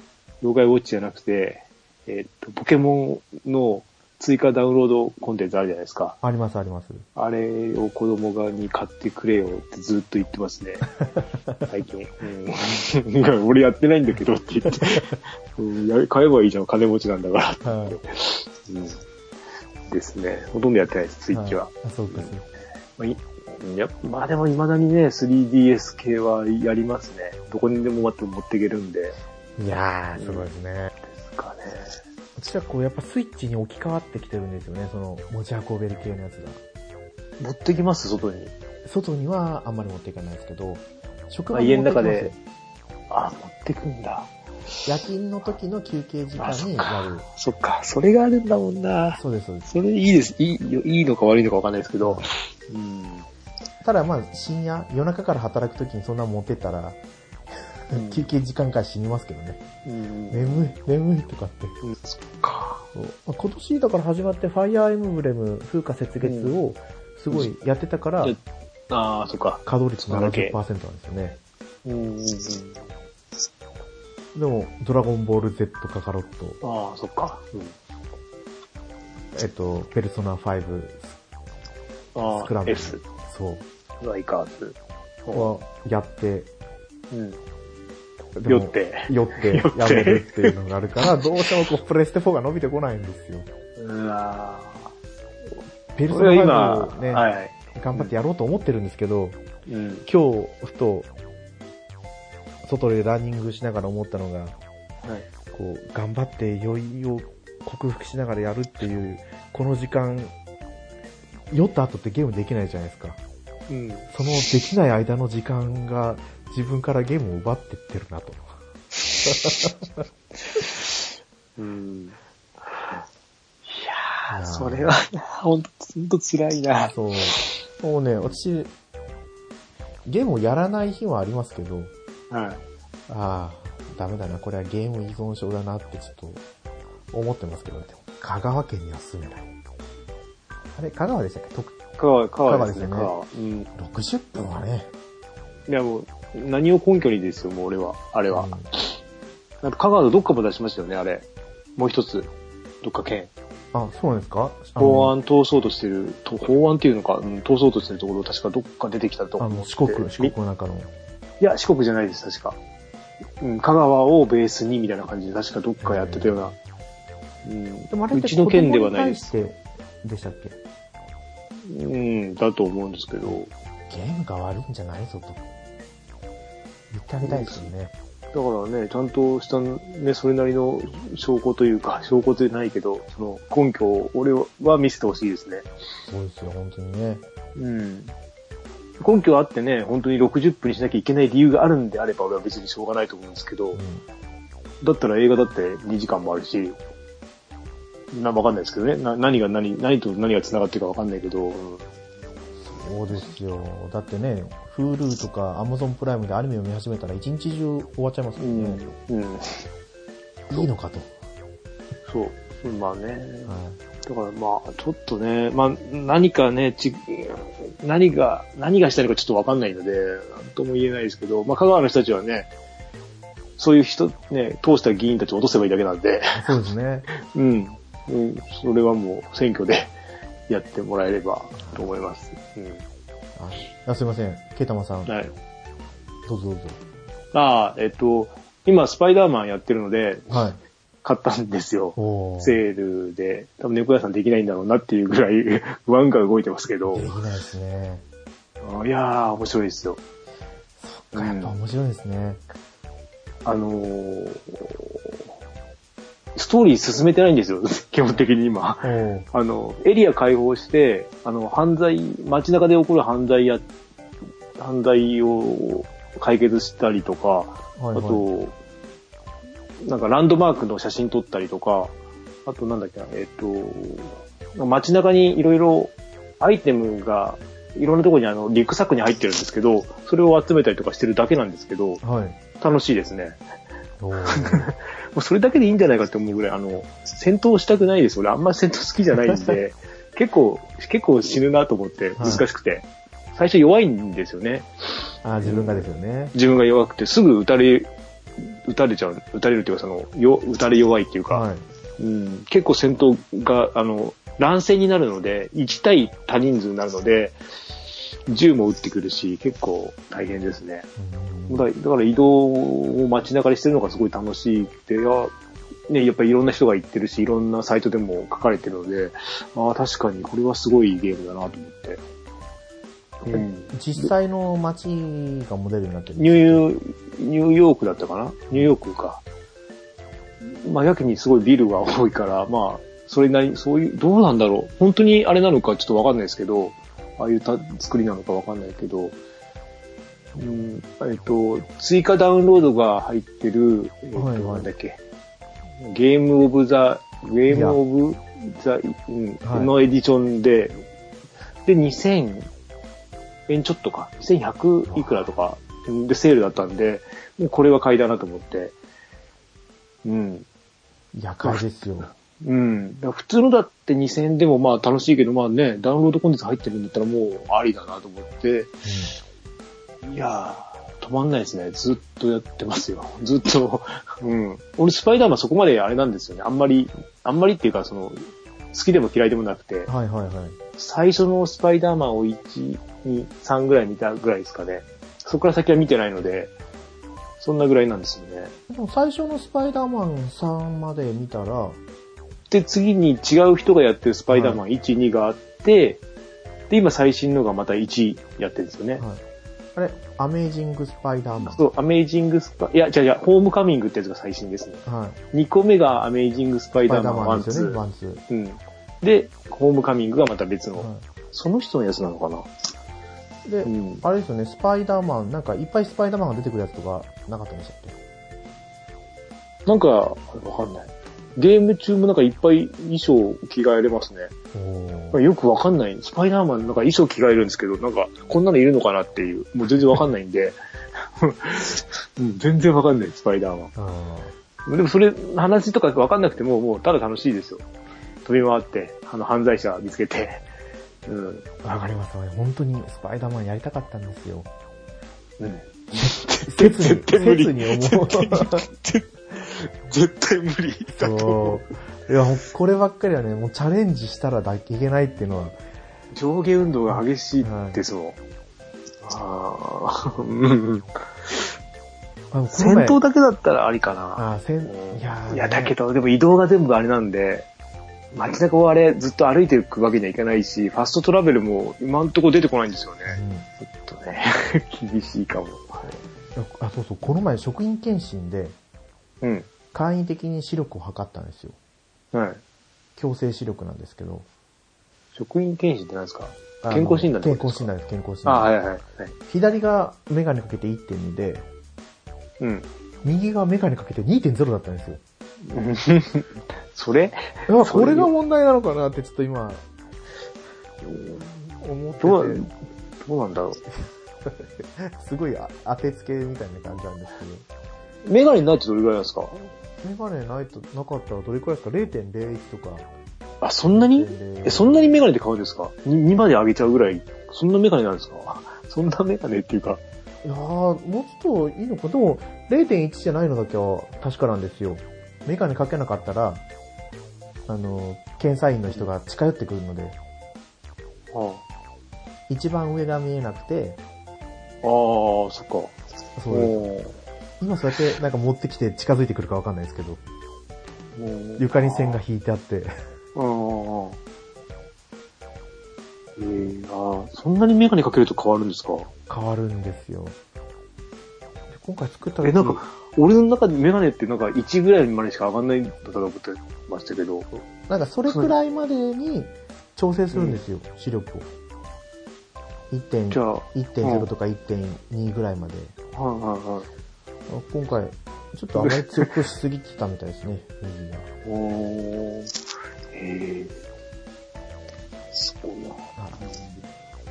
[SPEAKER 2] 妖怪ウォッチじゃなくて、えーっと、ポケモンの追加ダウンロードコンテンツあるじゃないですか。
[SPEAKER 1] あります、あります。
[SPEAKER 2] あれを子供側に買ってくれよってずっと言ってます ね。最近。うん、 いや俺やってないんだけどって言って、うんや買えばいいじゃん、金持ちなんだから。
[SPEAKER 1] はい。
[SPEAKER 2] うん、ですね。ほとんどやってないです、スイッチは。
[SPEAKER 1] いあ、そうか、そうか。
[SPEAKER 2] まあいいやまあでも未だにね、3DS 系はやりますね。どこにでもまた持っていけるんで。で
[SPEAKER 1] いやー、すごいですね。
[SPEAKER 2] すかね。
[SPEAKER 1] 私はこう、やっぱスイッチに置き換わってきてるんですよね、その、持ち運べる系のやつが。
[SPEAKER 2] 持ってきます、外に。
[SPEAKER 1] 外にはあんまり持っていかないですけど、職
[SPEAKER 2] あ家の中で。あ、持ってくんだ。
[SPEAKER 1] 夜勤の時の休憩時間
[SPEAKER 2] あ、そっ
[SPEAKER 1] にやる
[SPEAKER 2] か。。そっか。それがあるんだもんな。
[SPEAKER 1] そうです、そうです。
[SPEAKER 2] それいいです。いいよ、いいのか悪いのかわかんないですけど。うん。
[SPEAKER 1] ただまあ、深夜、夜中から働く時にそんな持ってたら、
[SPEAKER 2] うん
[SPEAKER 1] 休憩時間から死にますけどね。
[SPEAKER 2] うん。
[SPEAKER 1] 眠い、眠いとかって。
[SPEAKER 2] うんそっか。
[SPEAKER 1] そうまあ今年だから始まって、ファイアーエムブレム、風化雪月を、すごいやってたから、
[SPEAKER 2] やああ、そっか。
[SPEAKER 1] 稼働率
[SPEAKER 2] そんだけ
[SPEAKER 1] 70%なんですよね。
[SPEAKER 2] うん。うん
[SPEAKER 1] でも、ドラゴンボール Z カカロット、
[SPEAKER 2] ああ、そっか。うん。
[SPEAKER 1] えっと、ペルソナ5、
[SPEAKER 2] あ
[SPEAKER 1] スクラ
[SPEAKER 2] あ
[SPEAKER 1] ン、ブル
[SPEAKER 2] S。
[SPEAKER 1] そう、
[SPEAKER 2] ライカーズ。
[SPEAKER 1] はやって、
[SPEAKER 2] うん。
[SPEAKER 1] でも
[SPEAKER 2] 酔って。
[SPEAKER 1] 酔ってやめるっていうのがある から、どうしてもこう、プレステ4が伸びてこないんですよ。
[SPEAKER 2] うわ
[SPEAKER 1] ペル
[SPEAKER 2] ー
[SPEAKER 1] ソ
[SPEAKER 2] それ
[SPEAKER 1] ナ
[SPEAKER 2] は
[SPEAKER 1] 5を
[SPEAKER 2] 今、
[SPEAKER 1] ね、
[SPEAKER 2] はい。
[SPEAKER 1] 頑張ってやろうと思ってるんですけど、
[SPEAKER 2] うん。
[SPEAKER 1] 今日、ふと、外でランニングしながら思ったのが、
[SPEAKER 2] はい。
[SPEAKER 1] こう、頑張って酔いを克服しながらやるっていう、この時間、酔った後ってゲームできないじゃないですか。
[SPEAKER 2] うん。
[SPEAKER 1] そのできない間の時間が自分からゲームを奪ってってるなと。
[SPEAKER 2] うん。いやや
[SPEAKER 1] なあ
[SPEAKER 2] ーそれは、ほんと、ほんと辛いな。
[SPEAKER 1] そう。もうね、私、ゲームをやらない日はありますけど、
[SPEAKER 2] はい。
[SPEAKER 1] ああ、ダメだな、これはゲーム依存症だなってちょっと思ってますけどね。でも香川県には住めない。あれ、香川でしたっけと
[SPEAKER 2] 川、川ですね、
[SPEAKER 1] 香
[SPEAKER 2] 川。
[SPEAKER 1] 川
[SPEAKER 2] うん。
[SPEAKER 1] ?60 分はね。
[SPEAKER 2] いやもう、何を根拠にですよ、もう俺は。あれは。
[SPEAKER 1] うん
[SPEAKER 2] なんか香川のどっかも出しましたよね、あれ。もう一つ。どっか県。
[SPEAKER 1] あ、そうなんですか
[SPEAKER 2] 法案通そうとしてる、と法案っていうのか、うん、通そうとしてるところ、確かどっか出てきたと
[SPEAKER 1] あのあ
[SPEAKER 2] 思
[SPEAKER 1] の、
[SPEAKER 2] って。
[SPEAKER 1] 四国、四国
[SPEAKER 2] み
[SPEAKER 1] の中の。
[SPEAKER 2] いや、四国じゃないです、確か。うん、香川をベースにみたいな感じで、確かどっかやってたような。うん、
[SPEAKER 1] でもあれ
[SPEAKER 2] うちの県ではないです。
[SPEAKER 1] す。でしたっけ
[SPEAKER 2] うん、だと思うんですけど。
[SPEAKER 1] ゲームが悪いんじゃないぞと。言ってあげたいですよね。
[SPEAKER 2] だからね、ちゃんとした、ね、それなりの証拠というか、 証拠じゃないけど、その根拠を、俺は見せてほしいですね。
[SPEAKER 1] そうですよ、本当にね。
[SPEAKER 2] うん。根拠あってね、本当に60分にしなきゃいけない理由があるんであれば、俺は別にしょうがないと思うんですけど、
[SPEAKER 1] うん。
[SPEAKER 2] だったら映画だって2時間もあるし、な、わかんないですけどね。な、何が何、何と何が繋がってるかわかんないけど、うん
[SPEAKER 1] そうですよ。だってね、Hulu とか Amazon プライムでアニメを見始めたら一日中終わっちゃいますもんね。
[SPEAKER 2] うん。
[SPEAKER 1] いいのかと。
[SPEAKER 2] そう。まあね。
[SPEAKER 1] は
[SPEAKER 2] だからまあ、ちょっとね、まあ、何かね、ち、何が、何がしたいのかちょっとわかんないので、なんとも言えないですけど、まあ、香川の人たちはね、そういう人、ね、通した議員たちを落とせばいいだけなんで、
[SPEAKER 1] い、そうですね。
[SPEAKER 2] うん。うん、それはもう選挙でやってもらえればと思います。うん。
[SPEAKER 1] ああすいません。ケイタマさん、ど
[SPEAKER 2] はい。
[SPEAKER 1] うぞどうぞ。
[SPEAKER 2] ああ、えっと、今、スパイダーマンやってるので、
[SPEAKER 1] はい。
[SPEAKER 2] 買ったんですよ。
[SPEAKER 1] おー。
[SPEAKER 2] セールで、多分猫屋さんできないんだろうなっていうぐらい不安が動いてますけど
[SPEAKER 1] で、きないですね。
[SPEAKER 2] あいやー、面白いですよ。
[SPEAKER 1] そっか、やっぱ面白いですね。
[SPEAKER 2] あのー、ストーリー進めてないんですよ、 基本的に今。
[SPEAKER 1] おー。
[SPEAKER 2] あの、エリア解放して、あの、犯罪、街中で起こる犯罪や、犯罪を解決したりとか、
[SPEAKER 1] はい、
[SPEAKER 2] あ
[SPEAKER 1] はい。
[SPEAKER 2] と、なんかランドマークの写真撮ったりとか、あとなんだっけな、えっと、街中にいろいろアイテムが、いろんなところにあの、リュックサックに入ってるんですけど、それを集めたりとかしてるだけなんですけど、
[SPEAKER 1] はい。
[SPEAKER 2] 楽しいですね。
[SPEAKER 1] おー。
[SPEAKER 2] もうそれだけでいいんじゃないかって思うぐらい、あの、戦闘したくないです。俺あんまり戦闘好きじゃないん で、結構、結構死ぬなと思って、難しくて。最初弱いんですよね。
[SPEAKER 1] あ、自分がですよね。
[SPEAKER 2] 自分が弱くて、すぐ撃たれ、撃たれちゃう、撃たれるっていうか、その、よ撃たれ弱いっていうか、
[SPEAKER 1] はい。
[SPEAKER 2] うん、結構戦闘が、あの、乱戦になるので、1対多人数になるので、銃も撃ってくるし、結構大変ですね。
[SPEAKER 1] うん
[SPEAKER 2] だからだから移動を街中でしてるのがすごい楽しくて、いやね、やっぱりいろんな人が行ってるし、いろんなサイトでも書かれてるので、ああ、確かにこれはすごいゲームだなと思って。うん、
[SPEAKER 1] 実際の街がモデルになってるん
[SPEAKER 2] ニ
[SPEAKER 1] で
[SPEAKER 2] ューヨーニューヨークだったかなニューヨークか。まあ、やけにすごいビルが多いから、まあ、それなりに、そういう、どうなんだろう。本当にあれなのかちょっとわかんないですけど、ああいうた作りなのかわかんないけど、うん、えっと、追加ダウンロードが入ってる、えっと、
[SPEAKER 1] はいはい
[SPEAKER 2] なんだっけ、ゲームオブザ、ゲームオブザ、うん
[SPEAKER 1] はい
[SPEAKER 2] のエディションで、で、2000円ちょっとか、1100いくらとか、で、セールだったんで、もうこれは買いだなと思って。うん。
[SPEAKER 1] すいや、かいですよ。
[SPEAKER 2] うん。だから普通のだって2000円でもまあ楽しいけど、まあね、ダウンロードコンテンツ入ってるんだったらもうありだなと思って、いやー、止まんないですね。ずっとやってますよ。 ずっと。うん。俺、スパイダーマンそこまであれなんですよね。あんまり、あんまりっていうか、その、好きでも嫌いでもなくて
[SPEAKER 1] うん、はいはいはい。
[SPEAKER 2] 最初のスパイダーマンを1、2、3ぐらい見たぐらいですかね。そこから先は見てないので、そんなぐらいなんですよね。
[SPEAKER 1] でも最初のスパイダーマン3まで見たら、は
[SPEAKER 2] で、次に違う人がやってるスパイダーマン1、2があって、で、今最新のがまた1やってるんですよね
[SPEAKER 1] い。。あれ、アメージングスパイダーマン。
[SPEAKER 2] そう、アメイジングスパ、いや、じゃじゃホームカミングってやつが最新ですね。
[SPEAKER 1] はい。
[SPEAKER 2] 2個目がアメイジングスパイ
[SPEAKER 1] スパ
[SPEAKER 2] ダ
[SPEAKER 1] イ
[SPEAKER 2] ー
[SPEAKER 1] ダー
[SPEAKER 2] マン
[SPEAKER 1] マン
[SPEAKER 2] 1、
[SPEAKER 1] ですよね、ワ
[SPEAKER 2] 2。
[SPEAKER 1] ンツー。
[SPEAKER 2] うん。で、ホームカミングがまた別の。
[SPEAKER 1] は
[SPEAKER 2] その人のやつなのかない
[SPEAKER 1] で、
[SPEAKER 2] うん
[SPEAKER 1] あれですよね、スパイダーマン、なんかいっぱいスパイダーマンが出てくるやつとかなかったんでしたっけ
[SPEAKER 2] なんか、わかんない。ゲーム中もなんかいっぱい衣装着替えれますね。
[SPEAKER 1] お
[SPEAKER 2] まあ
[SPEAKER 1] ー
[SPEAKER 2] よくわかんない。スパイダーマンなんか衣装着替えるんですけど、なんかこんなのいるのかなっていう、もう全然わかんないんで、 うん全然わかんない、スパイダーマン。
[SPEAKER 1] あ
[SPEAKER 2] でもそれ、話とかわかんなくても、もうただ楽しいですよ。飛び回って、あの、犯罪者見つけて。うん。
[SPEAKER 1] ーわかりますわかります。本当にスパイダーマンやりたかったんですよ。
[SPEAKER 2] うん。
[SPEAKER 1] 切に、
[SPEAKER 2] 絶対無理
[SPEAKER 1] 切に思う。
[SPEAKER 2] 絶対無理だと思う。
[SPEAKER 1] そう。いや、もうこればっかりはね、もうチャレンジしたらだいけないっていうのは、
[SPEAKER 2] 上下運動が激しいですもん。ああ、うん。
[SPEAKER 1] あのこの
[SPEAKER 2] 戦
[SPEAKER 1] 前
[SPEAKER 2] 闘だけだったらありかな。
[SPEAKER 1] あ、戦、
[SPEAKER 2] うん
[SPEAKER 1] いやーね
[SPEAKER 2] いや、だけど、でも移動が全部あれなんで、街中をあれ、ずっと歩いていくわけにはいかないし、ファストトラベルも今んとこ出てこないんですよね。
[SPEAKER 1] うん
[SPEAKER 2] ちょっとね、 厳しいかも。
[SPEAKER 1] あ、そうそう、この前職員検診で、
[SPEAKER 2] うん。
[SPEAKER 1] 簡易的に視力を測ったんですよ。
[SPEAKER 2] はい。
[SPEAKER 1] 強制視力なんですけど。
[SPEAKER 2] 職員検診って何ですか
[SPEAKER 1] あの
[SPEAKER 2] 健康診断って
[SPEAKER 1] 健
[SPEAKER 2] こと
[SPEAKER 1] 康
[SPEAKER 2] です
[SPEAKER 1] 診
[SPEAKER 2] か
[SPEAKER 1] 断です、健康診
[SPEAKER 2] あ
[SPEAKER 1] 断。
[SPEAKER 2] あ、はいはいはい。
[SPEAKER 1] 左がメガネかけて1.2で、
[SPEAKER 2] うん。
[SPEAKER 1] 右がメガネかけて2.0だったんですよ。
[SPEAKER 2] それ
[SPEAKER 1] うわ
[SPEAKER 2] それ
[SPEAKER 1] これが問題なのかなってちょっと今、思って
[SPEAKER 2] どう、どうなんだろ
[SPEAKER 1] て、すごいあ当てつけみたいな感じなんですけど。
[SPEAKER 2] う。メガネないとどれぐらいなんですか
[SPEAKER 1] メガネないと、なかったらどれくらいですか ?0.01 とか。
[SPEAKER 2] あ、そんなにえ、そんなにメガネで買うんですか 2, まで上げちゃうぐらい、そんなメガネなんですかそんなメガネっていうか、
[SPEAKER 1] いやー、もうちょっといいのか。でも、0.1じゃないのだけは確かなんですよ。メガネかけなかったら、あの、検査員の人が近寄ってくるので、
[SPEAKER 2] ああ、あ
[SPEAKER 1] 一番上が見えなくて、
[SPEAKER 2] あそっか。
[SPEAKER 1] そうです。
[SPEAKER 2] おー
[SPEAKER 1] 今そうやってなんか持ってきて近づいてくるかわかんないですけど、
[SPEAKER 2] もう
[SPEAKER 1] 床に線が。引いてあって、
[SPEAKER 2] うんうんうん。えー、あーそんなにメガネかけると変わるんですか
[SPEAKER 1] 変わるんですよ。で今回作った時
[SPEAKER 2] え、なんか、俺の中でメガネってなんか1ぐらいまでしか上がんないんだと思ってましたけど。
[SPEAKER 1] なんかそれくらいまでに調整するんですよ、視力を。
[SPEAKER 2] じゃ
[SPEAKER 1] 1.0
[SPEAKER 2] あ、はいうん
[SPEAKER 1] 1.0とか1.2ぐらいまで。
[SPEAKER 2] はいはい。
[SPEAKER 1] あ今回、ちょっとあまり強くしすぎてたみたいですね、右が。
[SPEAKER 2] おー。へえ。すごいな。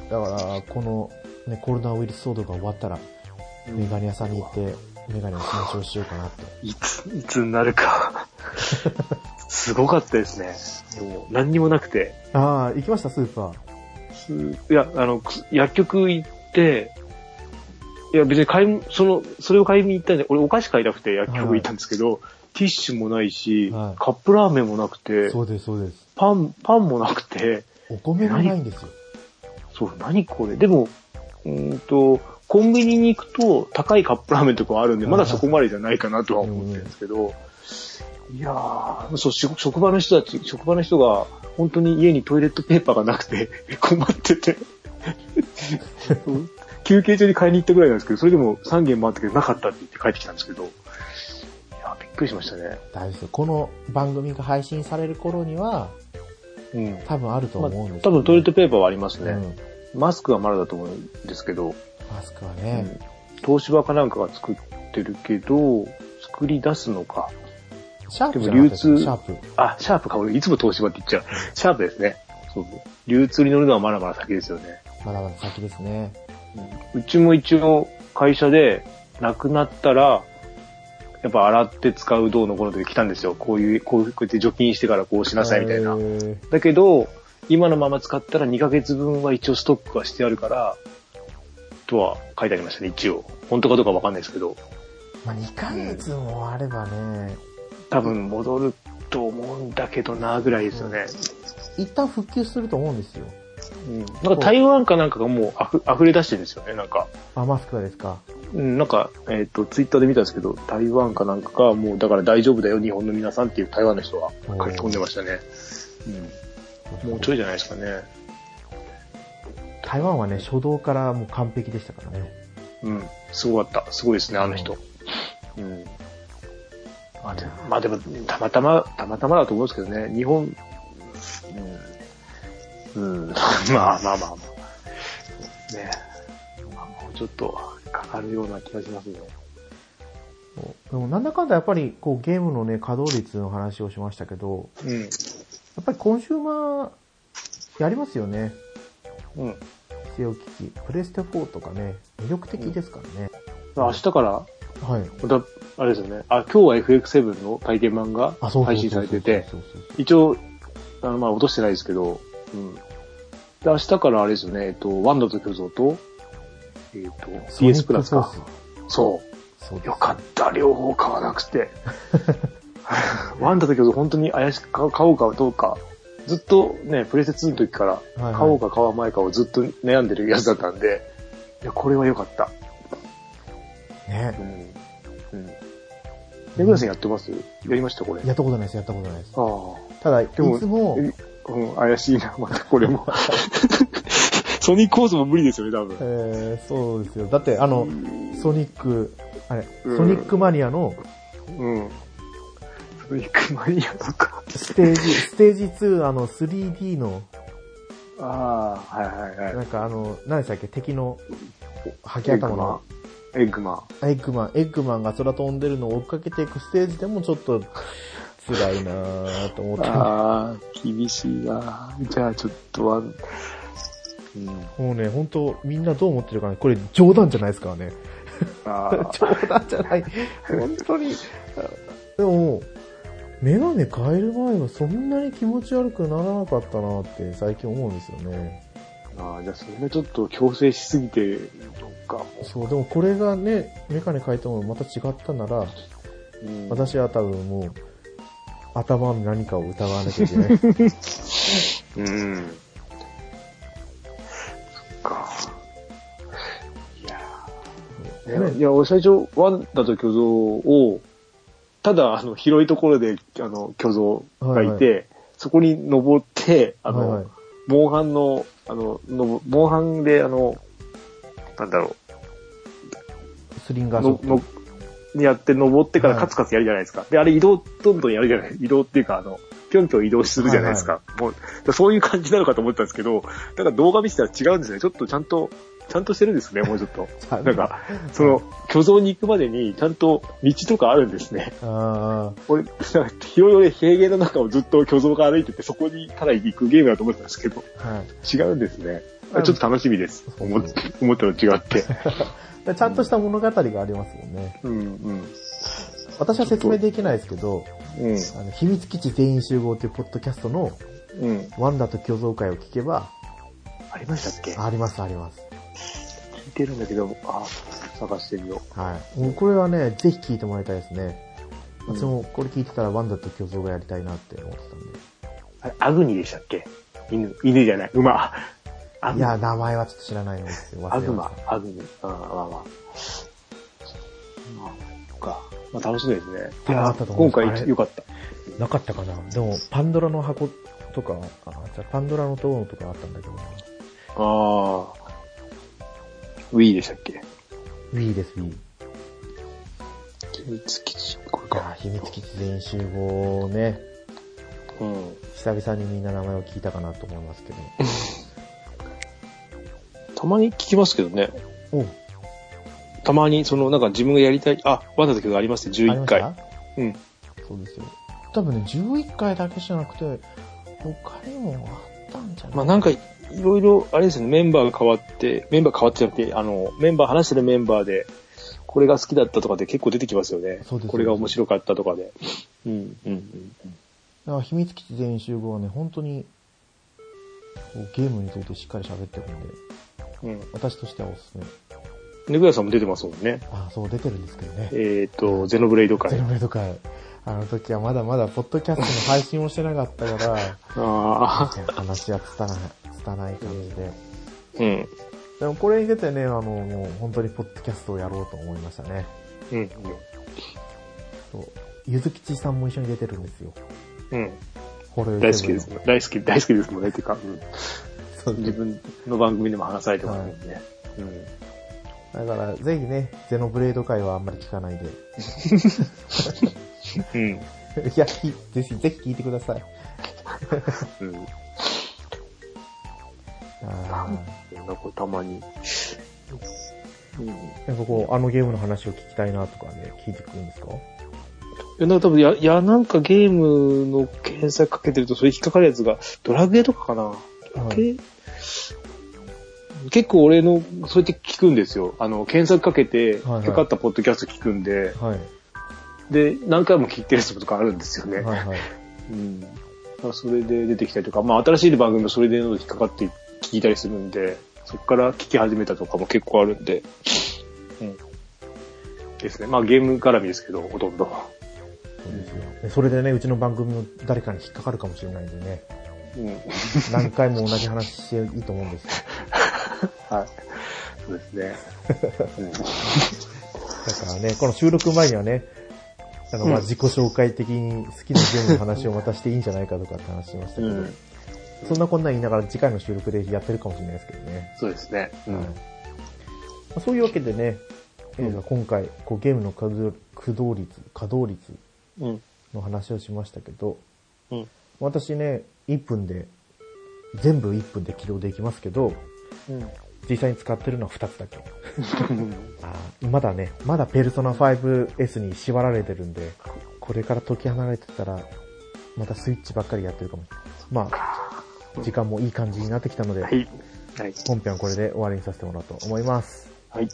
[SPEAKER 1] だから、この、ね、コロナウイルス騒動が終わったら、メガネ屋さんに行って、メガネの新調しようかなって。
[SPEAKER 2] いつ、いつになる か。すごかったですね。もう何にもなくて。
[SPEAKER 1] ああ、行きました、スーパー。
[SPEAKER 2] すいや、あの、く薬局行って、いや別に買い、その、それを買いに行ったんで、俺お菓子買いたくて薬局行ったんですけど、ティッシュもないし、
[SPEAKER 1] はい
[SPEAKER 2] カップラーメンもなくて、
[SPEAKER 1] そうです、そうです。
[SPEAKER 2] パン、パンもなくて、
[SPEAKER 1] お米がないんですよ。
[SPEAKER 2] そう、何これ。でも、うーんと、コンビニに行くと高いカップラーメンとかあるんで、まだそこまでじゃないかなとは思ってるんですけど、いやー、そう、し職場の人たち、職場の人が、本当に家にトイレットペーパーがなくて 困ってて、 そう休憩中に買いに行ったぐらいなんですけど、それでも3軒回ったけどなかったって言って帰ってきたんですけど、いやーびっくりしましたね。
[SPEAKER 1] 大丈夫ですよ。この番組が配信される頃には、
[SPEAKER 2] うん。
[SPEAKER 1] 多分あると
[SPEAKER 2] ま
[SPEAKER 1] 思
[SPEAKER 2] あ
[SPEAKER 1] うんです
[SPEAKER 2] 多分トイレットペーパーはありますね。
[SPEAKER 1] ね。
[SPEAKER 2] マスクはまだだと思うんですけど、
[SPEAKER 1] うん。マスクはね、
[SPEAKER 2] 東芝かなんかが作ってるけど、作り出すのか。
[SPEAKER 1] シャープじゃ
[SPEAKER 2] でも
[SPEAKER 1] な
[SPEAKER 2] 流
[SPEAKER 1] かったです
[SPEAKER 2] 通
[SPEAKER 1] シャープ。
[SPEAKER 2] あ、シャープか、俺いつも東芝って言っちゃう。シャープですね。そうそう。流通に乗るのはまだまだ先ですよね。
[SPEAKER 1] まだまだ先ですね。
[SPEAKER 2] うちも一応会社でなくなったら、やっぱ洗って使うどうのこうので来たんですよ。こういう、こうこうやって除菌してからこうしなさいみたいな
[SPEAKER 1] え。ー
[SPEAKER 2] だけど、今のまま使ったら2ヶ月分は一応ストックはしてあるから、とは書いてありましたね、一応。本当かどうかわかんないですけど。
[SPEAKER 1] まあ、2ヶ月もあればね、
[SPEAKER 2] 多分戻ると思うんだけどな、ぐらいですよね。
[SPEAKER 1] 一旦復旧すると思うんですよ。
[SPEAKER 2] うん、なんか台湾かなんかがもうあふ溢れ出してるんですよね、なんか。
[SPEAKER 1] あ、マスクがですか。
[SPEAKER 2] うん、なんか、えっ、と、ツイッターで見たんですけど、台湾かなんかがもうだから大丈夫だよ、日本の皆さんっていう台湾の人が書き込んでましたね。うん、もうちょいじゃないですかね。
[SPEAKER 1] 台湾はね、初動からもう完璧でしたからね。
[SPEAKER 2] うん、すごかった。すごいですね、あの人。うん。まあでまあでも、たまたま、たまたまだと思うんですけどね、日本、うん、うん、 まあまあまあまあ。ね、まあもうちょっとかかるような気がしますね。
[SPEAKER 1] もでもなんだかんだやっぱりこうゲームのね、稼働率の話をしましたけど、
[SPEAKER 2] うん。
[SPEAKER 1] やっぱりコンシューマーやりますよね。
[SPEAKER 2] うん。
[SPEAKER 1] 必要機器。プレステ4とかね、魅力的ですからね。
[SPEAKER 2] 明日から、
[SPEAKER 1] はい。
[SPEAKER 2] また、あれですよね。あ、今日は FX7 の体験版が
[SPEAKER 1] あ、そうそうそうそう
[SPEAKER 2] 配信されてて、
[SPEAKER 1] そうそうそう
[SPEAKER 2] 一応、あの、まあ、落としてないですけど、うん。で、明日からあれですよね、えっと、ワンダと巨像と、えっと、
[SPEAKER 1] ソニッ
[SPEAKER 2] PS プラス
[SPEAKER 1] フォ
[SPEAKER 2] か
[SPEAKER 1] ー。
[SPEAKER 2] そ
[SPEAKER 1] スそう
[SPEAKER 2] う。
[SPEAKER 1] です
[SPEAKER 2] よかった、両方買わなくて。 ワンダと巨像本当に怪しく買買おうかどうか、ずっとね、プレステ2の時から、
[SPEAKER 1] はいはい
[SPEAKER 2] 買おうか買わないかをずっと悩んでるやつだったんで、いや、これは良かった。う
[SPEAKER 1] ね。
[SPEAKER 2] ん。うん。ネグラさんやってますやりましたこれ。
[SPEAKER 1] やったことないです、やったことないです。
[SPEAKER 2] ああ。
[SPEAKER 1] ただ、いつ
[SPEAKER 2] も
[SPEAKER 1] も、
[SPEAKER 2] うん、怪しいな、またこれ も。ソニックコースも無理ですよね、多分。
[SPEAKER 1] えー、そうですよ。だって、あの、ソニック、あれ、
[SPEAKER 2] うん
[SPEAKER 1] ソニックマニアの
[SPEAKER 2] うん。ソニックマニアとか。
[SPEAKER 1] ステージ、ステージ2、あの、3D の、
[SPEAKER 2] ああ、はいはいは。
[SPEAKER 1] ないんかあの、何でしたっけ、敵の、ハゲ頭の、
[SPEAKER 2] エッグマン。
[SPEAKER 1] エッグマン、エッグマンが空飛んでるのを追っかけていくステージでもちょっと、辛いなぁと思って。
[SPEAKER 2] ああ、厳しいな。じゃあちょっとは、うん。
[SPEAKER 1] もうね、本当みんなどう思ってるかね、これ冗談じゃないですからね。。
[SPEAKER 2] ああ
[SPEAKER 1] 冗談じゃない。本当に。でも、メガネ変える前はそんなに気持ち悪くならなかったなって最近思うんですよね。
[SPEAKER 2] ああ、じゃあそれちょっと強制しすぎて、なんかも
[SPEAKER 1] そう、でもこれがね、メガネ変えてもまた違ったなら、
[SPEAKER 2] う、うん
[SPEAKER 1] 私は多分もう、頭に何かを疑わなきゃいけない。
[SPEAKER 2] うん。そっか。いや ー
[SPEAKER 1] ね
[SPEAKER 2] いや、俺最初、ワンダと巨像を、ただ、あの、広いところで、あの、巨像がいて、そこに登って、あの、
[SPEAKER 1] はいはい
[SPEAKER 2] モンハンの、あの、のぼモンハンで、あの、なんだろ
[SPEAKER 1] スリン
[SPEAKER 2] う、
[SPEAKER 1] ガーショ
[SPEAKER 2] の、
[SPEAKER 1] ッ
[SPEAKER 2] の
[SPEAKER 1] ト。、
[SPEAKER 2] にやって登ってから
[SPEAKER 1] はい
[SPEAKER 2] カツカツやるじゃないですか。で、あれ移動、どんどんやるじゃない、移動っていうか、あの、ぴょんぴょん移動するじゃないですか。もう、そういう感じなのかと思ったんですけど、なんか動画見せたら違うんですね。ちょっとちゃんと、ちゃんとしてるんですね、もうちょっ と。なんか、その、巨像に行くまでに、ちゃんと道とかあるんですね。
[SPEAKER 1] あー
[SPEAKER 2] 俺、なんか、広い俺、平原の中をずっと巨像が歩いてて、そこにただ行くゲームだと思ってたんですけど、
[SPEAKER 1] はい
[SPEAKER 2] 違うんですね。
[SPEAKER 1] う
[SPEAKER 2] あ
[SPEAKER 1] ん
[SPEAKER 2] ちょっと楽しみです。思っ思ったの違 って。
[SPEAKER 1] でちゃんとした物語がありますもんね。
[SPEAKER 2] うん、うん。
[SPEAKER 1] 私は説明できないですけど、
[SPEAKER 2] うん、
[SPEAKER 1] あの秘密基地全員集合っていうポッドキャストの
[SPEAKER 2] うん。
[SPEAKER 1] ワンダと巨像会を聞けば、
[SPEAKER 2] ありましたっけ
[SPEAKER 1] ありますあります。
[SPEAKER 2] 聞いてるんだけども、あ、探してみよ
[SPEAKER 1] はい。もうこれはね、ぜひ聞いてもらいたいですね。
[SPEAKER 2] うん
[SPEAKER 1] 私もこれ聞いてたらワンダと巨像がやりたいなって思ってたんで。
[SPEAKER 2] う。あれアグニでしたっけ犬、犬じゃない、馬。アグ
[SPEAKER 1] いや、名前はちょっと知らないんですよ。
[SPEAKER 2] アグ
[SPEAKER 1] れま
[SPEAKER 2] マ
[SPEAKER 1] し、
[SPEAKER 2] アグニ。うん、まあまあ。まあ、そっか。まあ楽しみですね。い
[SPEAKER 1] ああ
[SPEAKER 2] や
[SPEAKER 1] ったと思い
[SPEAKER 2] 今
[SPEAKER 1] ますあ
[SPEAKER 2] 回
[SPEAKER 1] れ
[SPEAKER 2] よかった。
[SPEAKER 1] たなかったかな。でも、パンドラの箱とか、あ、じゃあパンドラの塔とかあったんだけどな。
[SPEAKER 2] ああ。Wii でしたっけ
[SPEAKER 1] Wii です、Wii。い
[SPEAKER 2] 秘密基地、これ
[SPEAKER 1] やー
[SPEAKER 2] か。
[SPEAKER 1] 秘密基地全員集合ね、
[SPEAKER 2] うん。
[SPEAKER 1] 久々にみんな名前を聞いたかなと思いますけど。
[SPEAKER 2] たまに聞きますけどね。
[SPEAKER 1] お
[SPEAKER 2] たまに、その、なんか自分がやりたい、あ、わざとけどありますね、
[SPEAKER 1] あり
[SPEAKER 2] 11
[SPEAKER 1] まし
[SPEAKER 2] 回。
[SPEAKER 1] た
[SPEAKER 2] うん。
[SPEAKER 1] そうですよ。多分ね、11回だけじゃなくて、他にもあったんじゃない
[SPEAKER 2] まあなんか、いろいろ、あれですよね、メンバーが変わって、メンバー変わってじゃなくて、あの、メンバー、話してるメンバーで、これが好きだったとかで結構出てきますよね。
[SPEAKER 1] そうです
[SPEAKER 2] これが面白かったとかで。うん、うん、うん。
[SPEAKER 1] だから秘密基地全員集合はね、本当に、こうゲームについてしっかり喋ってるんで、
[SPEAKER 2] うん。
[SPEAKER 1] 私としてはおすすめ。
[SPEAKER 2] ネグヤさんも出てますもんね。
[SPEAKER 1] あ、そう、出てるんですけどね。
[SPEAKER 2] えっ、と、ゼノブレイド
[SPEAKER 1] ゼ
[SPEAKER 2] 会
[SPEAKER 1] ロ。メイド会。あの時はまだまだ、ポッドキャストの配信をしてなかったか
[SPEAKER 2] ああ、
[SPEAKER 1] ら、話はつたない、つたない感じで。
[SPEAKER 2] うん。
[SPEAKER 1] でもこれに出てね、あの、もう本当にポッドキャストをやろうと思いましたね。
[SPEAKER 2] うん、うん。
[SPEAKER 1] そう。ゆずきちさんも一緒に出てるんですよ。
[SPEAKER 2] うん。
[SPEAKER 1] ほろよ
[SPEAKER 2] 大好きです
[SPEAKER 1] ね。
[SPEAKER 2] もん。大好き、大好きですもんね。っていうか、
[SPEAKER 1] そう
[SPEAKER 2] うん、
[SPEAKER 1] です
[SPEAKER 2] 自分の番組でも話されてますもんね。う
[SPEAKER 1] だ
[SPEAKER 2] ん。
[SPEAKER 1] から、ぜひね、ゼノブレード会はあんまり聞かないで。
[SPEAKER 2] うん。
[SPEAKER 1] いや、ひぜひ、ぜひ聞いてください。
[SPEAKER 2] うん。
[SPEAKER 1] あ
[SPEAKER 2] なんかこうたまに。
[SPEAKER 1] なんかこう、あのゲームの話を聞きたいなとかね、聞いてくるんですか
[SPEAKER 2] いや、なんか多分、いや、いや、なんかゲームの検索かけてると、それ引っかかるやつが、ドラクエとかかな、
[SPEAKER 1] い
[SPEAKER 2] け結構俺の、そうやって聞くんですよ。あの、検索かけて、引
[SPEAKER 1] はいはい
[SPEAKER 2] っかかったポッドキャスト聞くんで、
[SPEAKER 1] はい。
[SPEAKER 2] で、何回も聞いてるやつとかあるんですよね。
[SPEAKER 1] はい はい。
[SPEAKER 2] うん。だからそれで出てきたりとか、まあ、新しい番組もそれで引っかかって聞いたりするんで、そこから聞き始めたとかも結構あるんで、うん。ですね。まあ、ゲーム絡みですけど、ほとんど。
[SPEAKER 1] そうですよでそれでね、うちの番組の誰かに引っかかるかもしれないんでね、
[SPEAKER 2] うん。
[SPEAKER 1] 何回も同じ話していいと思うんですよ。
[SPEAKER 2] はい。そうですね。
[SPEAKER 1] だからね、この収録前にはね、あの、まあ、
[SPEAKER 2] うん
[SPEAKER 1] 自己紹介的に好きなゲームの話をまたしていいんじゃないかとかって話しましたけ
[SPEAKER 2] う
[SPEAKER 1] ど、
[SPEAKER 2] ん。
[SPEAKER 1] そんなこんなん言いながら次回の収録でやってるかもしれないですけどね。
[SPEAKER 2] そうですね。う
[SPEAKER 1] はいま
[SPEAKER 2] ん。
[SPEAKER 1] あそういうわけでね、えー
[SPEAKER 2] うん
[SPEAKER 1] 今回、こうゲームの稼働稼働率、稼働率
[SPEAKER 2] うん。
[SPEAKER 1] の話をしましたけど、
[SPEAKER 2] うん。
[SPEAKER 1] 私ね、1分で、全部1分で起動できますけど、実際に使ってるのは2つだけ。あーまだね、まだペルソナ 5S に縛られてるんで、これから解き放れてたら、またスイッチばっかりやってるかもしれない。まあ、時間もいい感じになってきたので、
[SPEAKER 2] はい。はい。
[SPEAKER 1] 本編はこれで終わりにさせてもらおうと思います。
[SPEAKER 2] はい。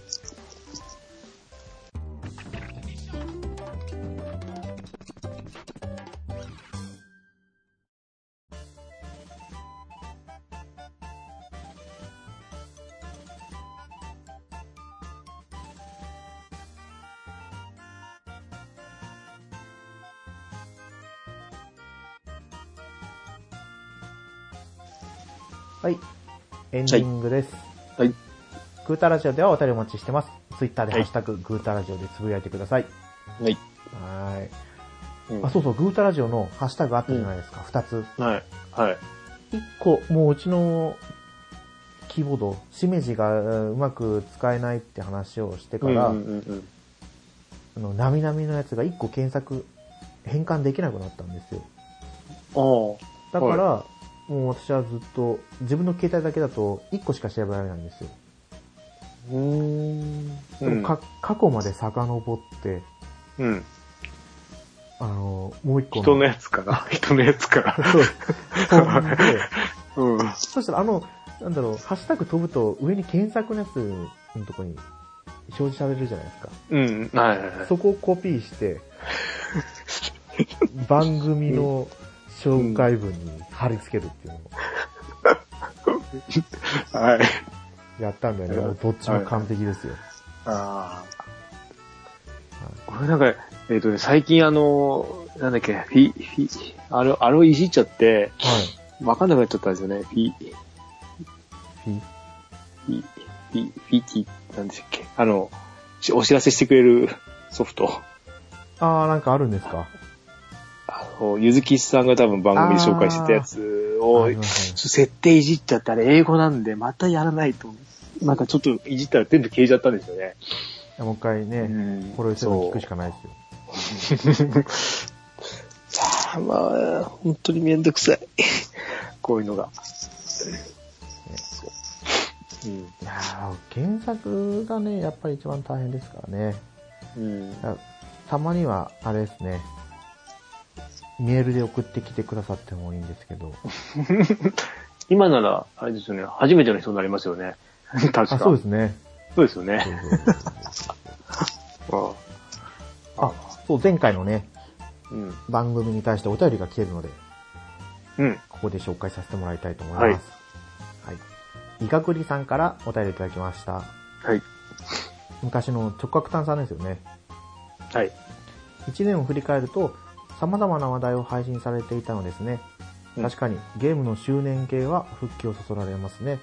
[SPEAKER 1] はい。エンディングです。
[SPEAKER 2] はい。
[SPEAKER 1] グータラジオではお便りお待ちしてます。ツイッターでハ
[SPEAKER 2] はい
[SPEAKER 1] ッシュタグ、グータラジオでつぶやいてください。
[SPEAKER 2] はい。
[SPEAKER 1] はーい。
[SPEAKER 2] うん
[SPEAKER 1] あ、そうそう、グータラジオのハッシュタグあったじゃないですか、二、つ。
[SPEAKER 2] はい。はい。
[SPEAKER 1] 一個、もううちのキーボード、しめじがうんうまく使えないって話をしてから、
[SPEAKER 2] うんうんうん
[SPEAKER 1] あの、なみなみのやつが一個検索、変換できなくなったんですよ。
[SPEAKER 2] うん。
[SPEAKER 1] だ
[SPEAKER 2] あ
[SPEAKER 1] から、もう私はずっと、自分の携帯だけだと一個しか調べられないんですよ。
[SPEAKER 2] あ。うん。
[SPEAKER 1] でもか過去まで遡って、
[SPEAKER 2] うん。
[SPEAKER 1] あの、もう一個
[SPEAKER 2] 人のやつから。 人のやつから。
[SPEAKER 1] そう。 飛んで、
[SPEAKER 2] うん。
[SPEAKER 1] そしたらあの、なんだろう、ハッシュタグ飛ぶと上に検索のやつのとこに表示されるじゃないですか。
[SPEAKER 2] うん。はいはいはい。
[SPEAKER 1] そこをコピー して、番組の紹介文に貼り付けるっていうのを
[SPEAKER 2] はい。
[SPEAKER 1] やったんだよね。
[SPEAKER 2] うん
[SPEAKER 1] もうどっちも完璧ですよ。
[SPEAKER 2] ああ。これなんか、えっ、とね、最近あの、なんだっけ、フィ、フィ、あれ、あれをいじっちゃって、
[SPEAKER 1] はい。
[SPEAKER 2] わかんなくなっちゃったんですよね。フィ、フ
[SPEAKER 1] フ
[SPEAKER 2] ィ、フィ、フィティ、なんでしたっけ。あの、しお知らせしてくれる ソフト。
[SPEAKER 1] あー、なんかあるんですか
[SPEAKER 2] あの、ゆずきさんが多分番組で紹介してたやつを
[SPEAKER 1] あり、ますね
[SPEAKER 2] 設定いじっちゃったら英語なんで、またやらないと。なんかちょっといじったら全部消えちゃったんですよね。
[SPEAKER 1] いやもう一回ね、
[SPEAKER 2] ん
[SPEAKER 1] これを一度聞くしかないですよ。
[SPEAKER 2] さあ、まあ、本当にめんどくさい。 こういうのが。そう。
[SPEAKER 1] いやー検索がね、やっぱり一番大変ですからね。
[SPEAKER 2] うん。うん。
[SPEAKER 1] あたまには、あれですね、メールで送ってきてくださってもいいんですけど、
[SPEAKER 2] 今なら、あれですよね、初めての人になりますよね。確か。。
[SPEAKER 1] あ、そうですすね。
[SPEAKER 2] そうです
[SPEAKER 1] そ
[SPEAKER 2] よ
[SPEAKER 1] う
[SPEAKER 2] ね。
[SPEAKER 1] そうそう
[SPEAKER 2] あ
[SPEAKER 1] あ、そう、前回のね、
[SPEAKER 2] うん。
[SPEAKER 1] 番組に対してお便りが来てるので、
[SPEAKER 2] うん。
[SPEAKER 1] ここで紹介させてもらいたいと思います。はい。イカグリさんからお便りいただきました。
[SPEAKER 2] はい。
[SPEAKER 1] 昔の直角炭酸ですよね。
[SPEAKER 2] はい。
[SPEAKER 1] 1年を振り返ると、様々な話題を配信されていたのですね。
[SPEAKER 2] うん
[SPEAKER 1] 確かに、ゲームの周年系は復帰をそそられますね。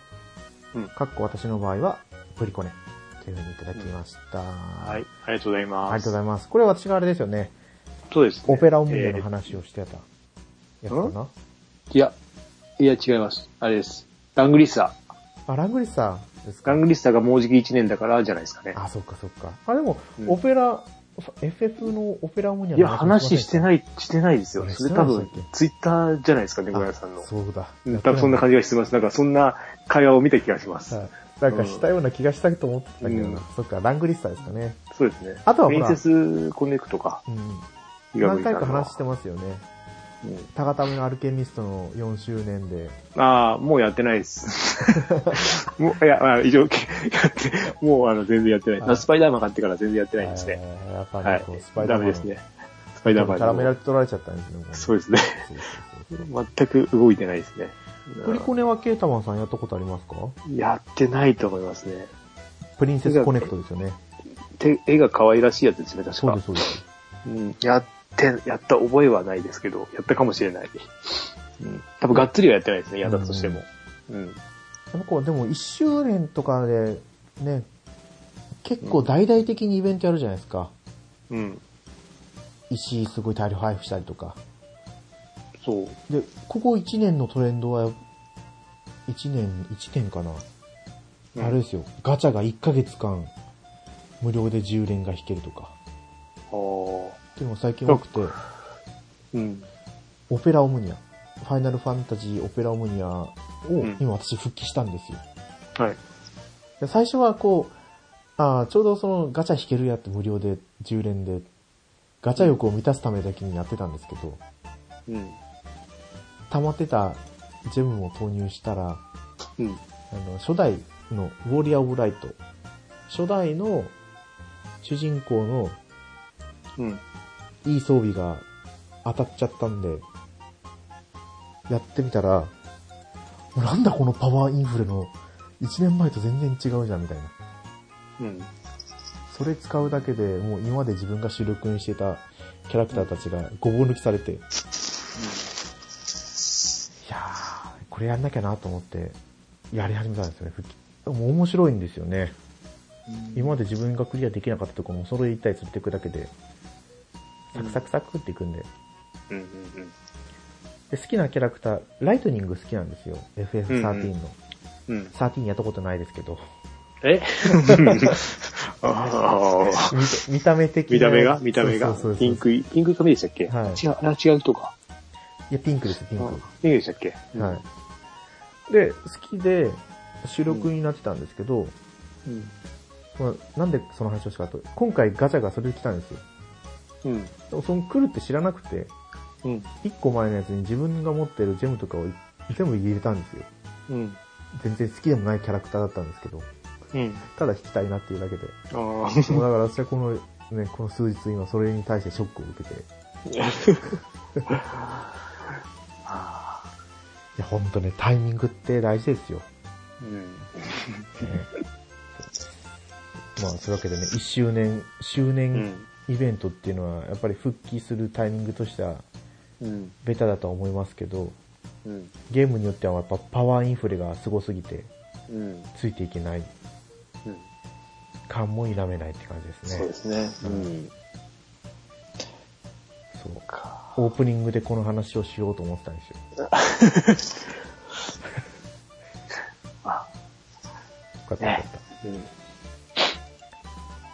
[SPEAKER 2] うん
[SPEAKER 1] かっこ私の場合は、プリコネ。というふうにいただきました。
[SPEAKER 2] は。。
[SPEAKER 1] はい
[SPEAKER 2] ありがとうございます。
[SPEAKER 1] ありがとうござい
[SPEAKER 2] い
[SPEAKER 1] ます。これ私があれですよね。
[SPEAKER 2] ます。そうです、
[SPEAKER 1] オペラ音楽
[SPEAKER 2] え
[SPEAKER 1] の
[SPEAKER 2] ー
[SPEAKER 1] 話をしてたやつかな。
[SPEAKER 2] いや、いや違います。あれです。ラングリッサー。
[SPEAKER 1] あ、ラングリッサーですか
[SPEAKER 2] ラングリッサーがもうじき1年だからじゃないですかね。
[SPEAKER 1] あ、そっかそっか。あ、でも、
[SPEAKER 2] うん
[SPEAKER 1] オペラ、FF のオペラオニア
[SPEAKER 2] いや、話して
[SPEAKER 1] い
[SPEAKER 2] ない、してないですよ。
[SPEAKER 1] あれ
[SPEAKER 2] それ多分
[SPEAKER 1] してないでしたっ、
[SPEAKER 2] ツイッターじゃないですかね、
[SPEAKER 1] あ
[SPEAKER 2] 小屋さんの。
[SPEAKER 1] そうだ。
[SPEAKER 2] うん多分そんな感じがしてます。なんかそんな会話を見た気がします。
[SPEAKER 1] はいなんかしたような気がしたと思ってたけど、
[SPEAKER 2] うん
[SPEAKER 1] そっか、ラングリスタですかね。
[SPEAKER 2] そうですね。
[SPEAKER 1] あとはほ
[SPEAKER 2] プリ
[SPEAKER 1] ら
[SPEAKER 2] ンセスコネクトか。
[SPEAKER 1] うん。
[SPEAKER 2] 伊賀
[SPEAKER 1] 何
[SPEAKER 2] 栗さ
[SPEAKER 1] 回
[SPEAKER 2] ん
[SPEAKER 1] か
[SPEAKER 2] の
[SPEAKER 1] 話してますよね。
[SPEAKER 2] うん
[SPEAKER 1] 高ためのアルケミストの4周年で。
[SPEAKER 2] ああ、もうやってないです。 もう、いや、まあ、以上、 やって、もう、あの、全然やってない。
[SPEAKER 1] はい
[SPEAKER 2] スパイダーマン買ってから全然やってないですね。
[SPEAKER 1] えーやっぱ
[SPEAKER 2] は
[SPEAKER 1] り
[SPEAKER 2] い
[SPEAKER 1] こう、スパ。イダー
[SPEAKER 2] ダ
[SPEAKER 1] マ
[SPEAKER 2] メ
[SPEAKER 1] ン
[SPEAKER 2] ですね。スパイダーマン
[SPEAKER 1] カラ
[SPEAKER 2] に
[SPEAKER 1] メ
[SPEAKER 2] も
[SPEAKER 1] ラ取られちゃったんですね。も
[SPEAKER 2] そうですね。
[SPEAKER 1] そうそうそう
[SPEAKER 2] 全く動いてないですね。
[SPEAKER 1] そう。プリコネはケータマンさんやったことありますか
[SPEAKER 2] やってないと思いますね。
[SPEAKER 1] プリンセスコネクトですよね。
[SPEAKER 2] 手絵が可愛らしいやつですね、確か。
[SPEAKER 1] そうです、そうです。
[SPEAKER 2] うん、やって、やった覚えはないですけど、やったかもしれない。うん、多分がっつりはやってないですね、やったとしても。うん。
[SPEAKER 1] でもこう、でも1周年とかで、ね、結構大々的にイベントやるじゃないですか。
[SPEAKER 2] うん。
[SPEAKER 1] 石すごい大量配布したりとか。
[SPEAKER 2] そう。
[SPEAKER 1] で、ここ1年のトレンドは、1年、1年かな。
[SPEAKER 2] うん
[SPEAKER 1] あれですよ。ガチャが1ヶ月間、無料で10連が引けるとか。
[SPEAKER 2] あー
[SPEAKER 1] っていうのが最近多くて、
[SPEAKER 2] うん。
[SPEAKER 1] オペラオムニア。ファイナルファンタジーオペラオムニアを
[SPEAKER 2] うん
[SPEAKER 1] 今私復帰したんですよ。
[SPEAKER 2] はい。
[SPEAKER 1] で最初はこう、ああ、ちょうどそのガチャ引けるやって無料で10連で、ガチャ欲を満たすためだけにやってたんですけど、
[SPEAKER 2] うん。
[SPEAKER 1] 溜まってたジェムを投入したら、
[SPEAKER 2] うん。
[SPEAKER 1] あの、初代のウォリアー・オブ・ライト。初代の主人公の
[SPEAKER 2] うん。
[SPEAKER 1] いい装備が当たっちゃったんで、やってみたら、なんだこのパワーインフレの1年前と全然違うじゃんみたいな。
[SPEAKER 2] うん。
[SPEAKER 1] それ使うだけでもう今まで自分が主力にしてたキャラクターたちがごぼう抜きされて、いやー、これやんなきゃなと思って、やり始めたんですよね、復帰。でも面白いんですよね。今まで自分がクリアできなかったところもそれ一体連れていくだけで、サクサクサクっていくんで。
[SPEAKER 2] うん。うん。
[SPEAKER 1] で好きなキャラクター、ライトニング好きなんですよ。FF13 の。
[SPEAKER 2] うんうんうん。うん。
[SPEAKER 1] 13やったことないですけど。
[SPEAKER 2] えああ。
[SPEAKER 1] 見た見た目的な
[SPEAKER 2] 見た目が見た目が
[SPEAKER 1] そうそうそうそう
[SPEAKER 2] ピンクい、ピンク髪でしたっけ
[SPEAKER 1] はい
[SPEAKER 2] 違う、あ違う人か。
[SPEAKER 1] いや、ピンクです、ピンク。
[SPEAKER 2] あピンクでしたっけ
[SPEAKER 1] はい。で、好きで、主力になってたんですけど、
[SPEAKER 2] い。うん。
[SPEAKER 1] まあ、なんでその話をしたかと、今回ガチャがそれで来たんですよ。
[SPEAKER 2] うん。
[SPEAKER 1] でもその来るって知らなくて、
[SPEAKER 2] うん。
[SPEAKER 1] 1個前のやつに自分が持ってるジェムとかを全部入れたんですよ。
[SPEAKER 2] うん。
[SPEAKER 1] 全然好きでもないキャラクターだったんですけど、
[SPEAKER 2] うん。
[SPEAKER 1] ただ引きたいなっていうだけで。
[SPEAKER 2] ああ。
[SPEAKER 1] もうだから私はこの、ね、この数日今それに対してショックを受けて、い
[SPEAKER 2] あ
[SPEAKER 1] や、ほんとね、タイミングって大事ですよ。
[SPEAKER 2] ーうん。
[SPEAKER 1] まあ、そういうわけでね、1周年、周
[SPEAKER 2] う
[SPEAKER 1] 年
[SPEAKER 2] ん。
[SPEAKER 1] イベントっていうのは、やっぱり復帰するタイミングとしては、
[SPEAKER 2] うん。
[SPEAKER 1] ベタだとは思いますけど、
[SPEAKER 2] うん。
[SPEAKER 1] ゲームによってはやっぱパワーインフレがすごすぎて、
[SPEAKER 2] うん。
[SPEAKER 1] ついていけない、
[SPEAKER 2] うん。
[SPEAKER 1] 感も否めないって感じです
[SPEAKER 2] そう
[SPEAKER 1] ね
[SPEAKER 2] で。すね。うん。
[SPEAKER 1] そう
[SPEAKER 2] か。
[SPEAKER 1] オープニングでこの話をしようと思ってたんですよ。よかったよ
[SPEAKER 2] あ、
[SPEAKER 1] かっ。
[SPEAKER 2] ねうん。
[SPEAKER 1] た。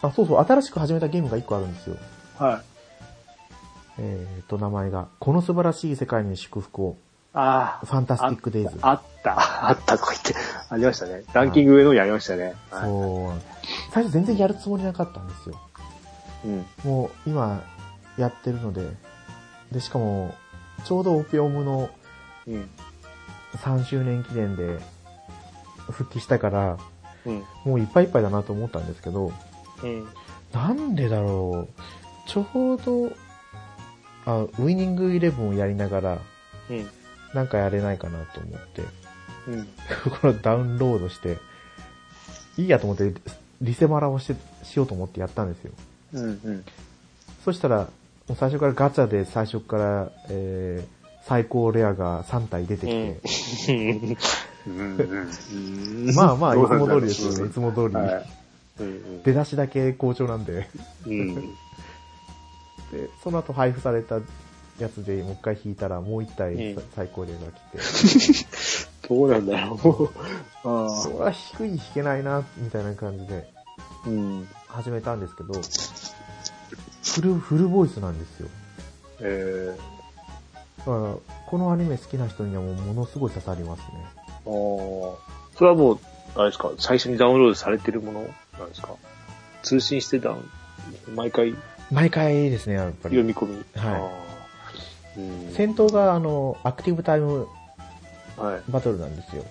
[SPEAKER 1] あ、そうそう、新しく始めたゲームが1個あるんですよ。
[SPEAKER 2] はい。
[SPEAKER 1] えーと、名前が、この素晴らしい世界に祝福を、
[SPEAKER 2] あ
[SPEAKER 1] フ
[SPEAKER 2] あ。
[SPEAKER 1] ァンタスティックデイズ。
[SPEAKER 2] あった。あった。こう言って。ありましたね。ランキング上のにありましたね。はい
[SPEAKER 1] そう。最初全然やるつもりなかったんですよ。
[SPEAKER 2] うん。
[SPEAKER 1] もう今やってるので、で、しかも、ちょうどオピオムの
[SPEAKER 2] うん。
[SPEAKER 1] 3周年記念で復帰したから、
[SPEAKER 2] うん。
[SPEAKER 1] もういっぱいいっぱいだなと思ったんですけど、
[SPEAKER 2] うん。
[SPEAKER 1] なんでだろう。ちょうど、あ、ウィニングイレブンをやりながら、
[SPEAKER 2] うん。
[SPEAKER 1] なんかやれないかなと思って、
[SPEAKER 2] う ん。
[SPEAKER 1] これをダウンロードして、いいやと思って、リセマラをして、しようと思ってやったんですよ。
[SPEAKER 2] うん。うん。
[SPEAKER 1] そしたら、もう最初からガチャで最初から、えー、最高レアが3体出てきて、
[SPEAKER 2] うん
[SPEAKER 1] まあ まあ、いつも通りですよね、いつも通り。
[SPEAKER 2] はい。うん
[SPEAKER 1] 出だしだけ好調なんで
[SPEAKER 2] うん。
[SPEAKER 1] で、その後配布されたやつでもう一回引いたら、もう一体
[SPEAKER 2] うん
[SPEAKER 1] 最高レアが来て、
[SPEAKER 2] どうなんだろう。あ
[SPEAKER 1] それは低い引けないな、みたいな感じで
[SPEAKER 2] あ。うん。
[SPEAKER 1] 始めたんですけど、フル、フルボイスなんですよ。
[SPEAKER 2] えー、
[SPEAKER 1] だから、このアニメ好きな人にはもうものすごい刺さりますね。
[SPEAKER 2] ああ。それはもう、あれですか、最初にダウンロードされてるものなんですか通信してた、毎回
[SPEAKER 1] 毎回ですね、やっぱ
[SPEAKER 2] 読
[SPEAKER 1] り。
[SPEAKER 2] み込み。
[SPEAKER 1] はい
[SPEAKER 2] い。うん、
[SPEAKER 1] 戦闘が、あの、アクティブタイム
[SPEAKER 2] はい。
[SPEAKER 1] バトルなんですよ。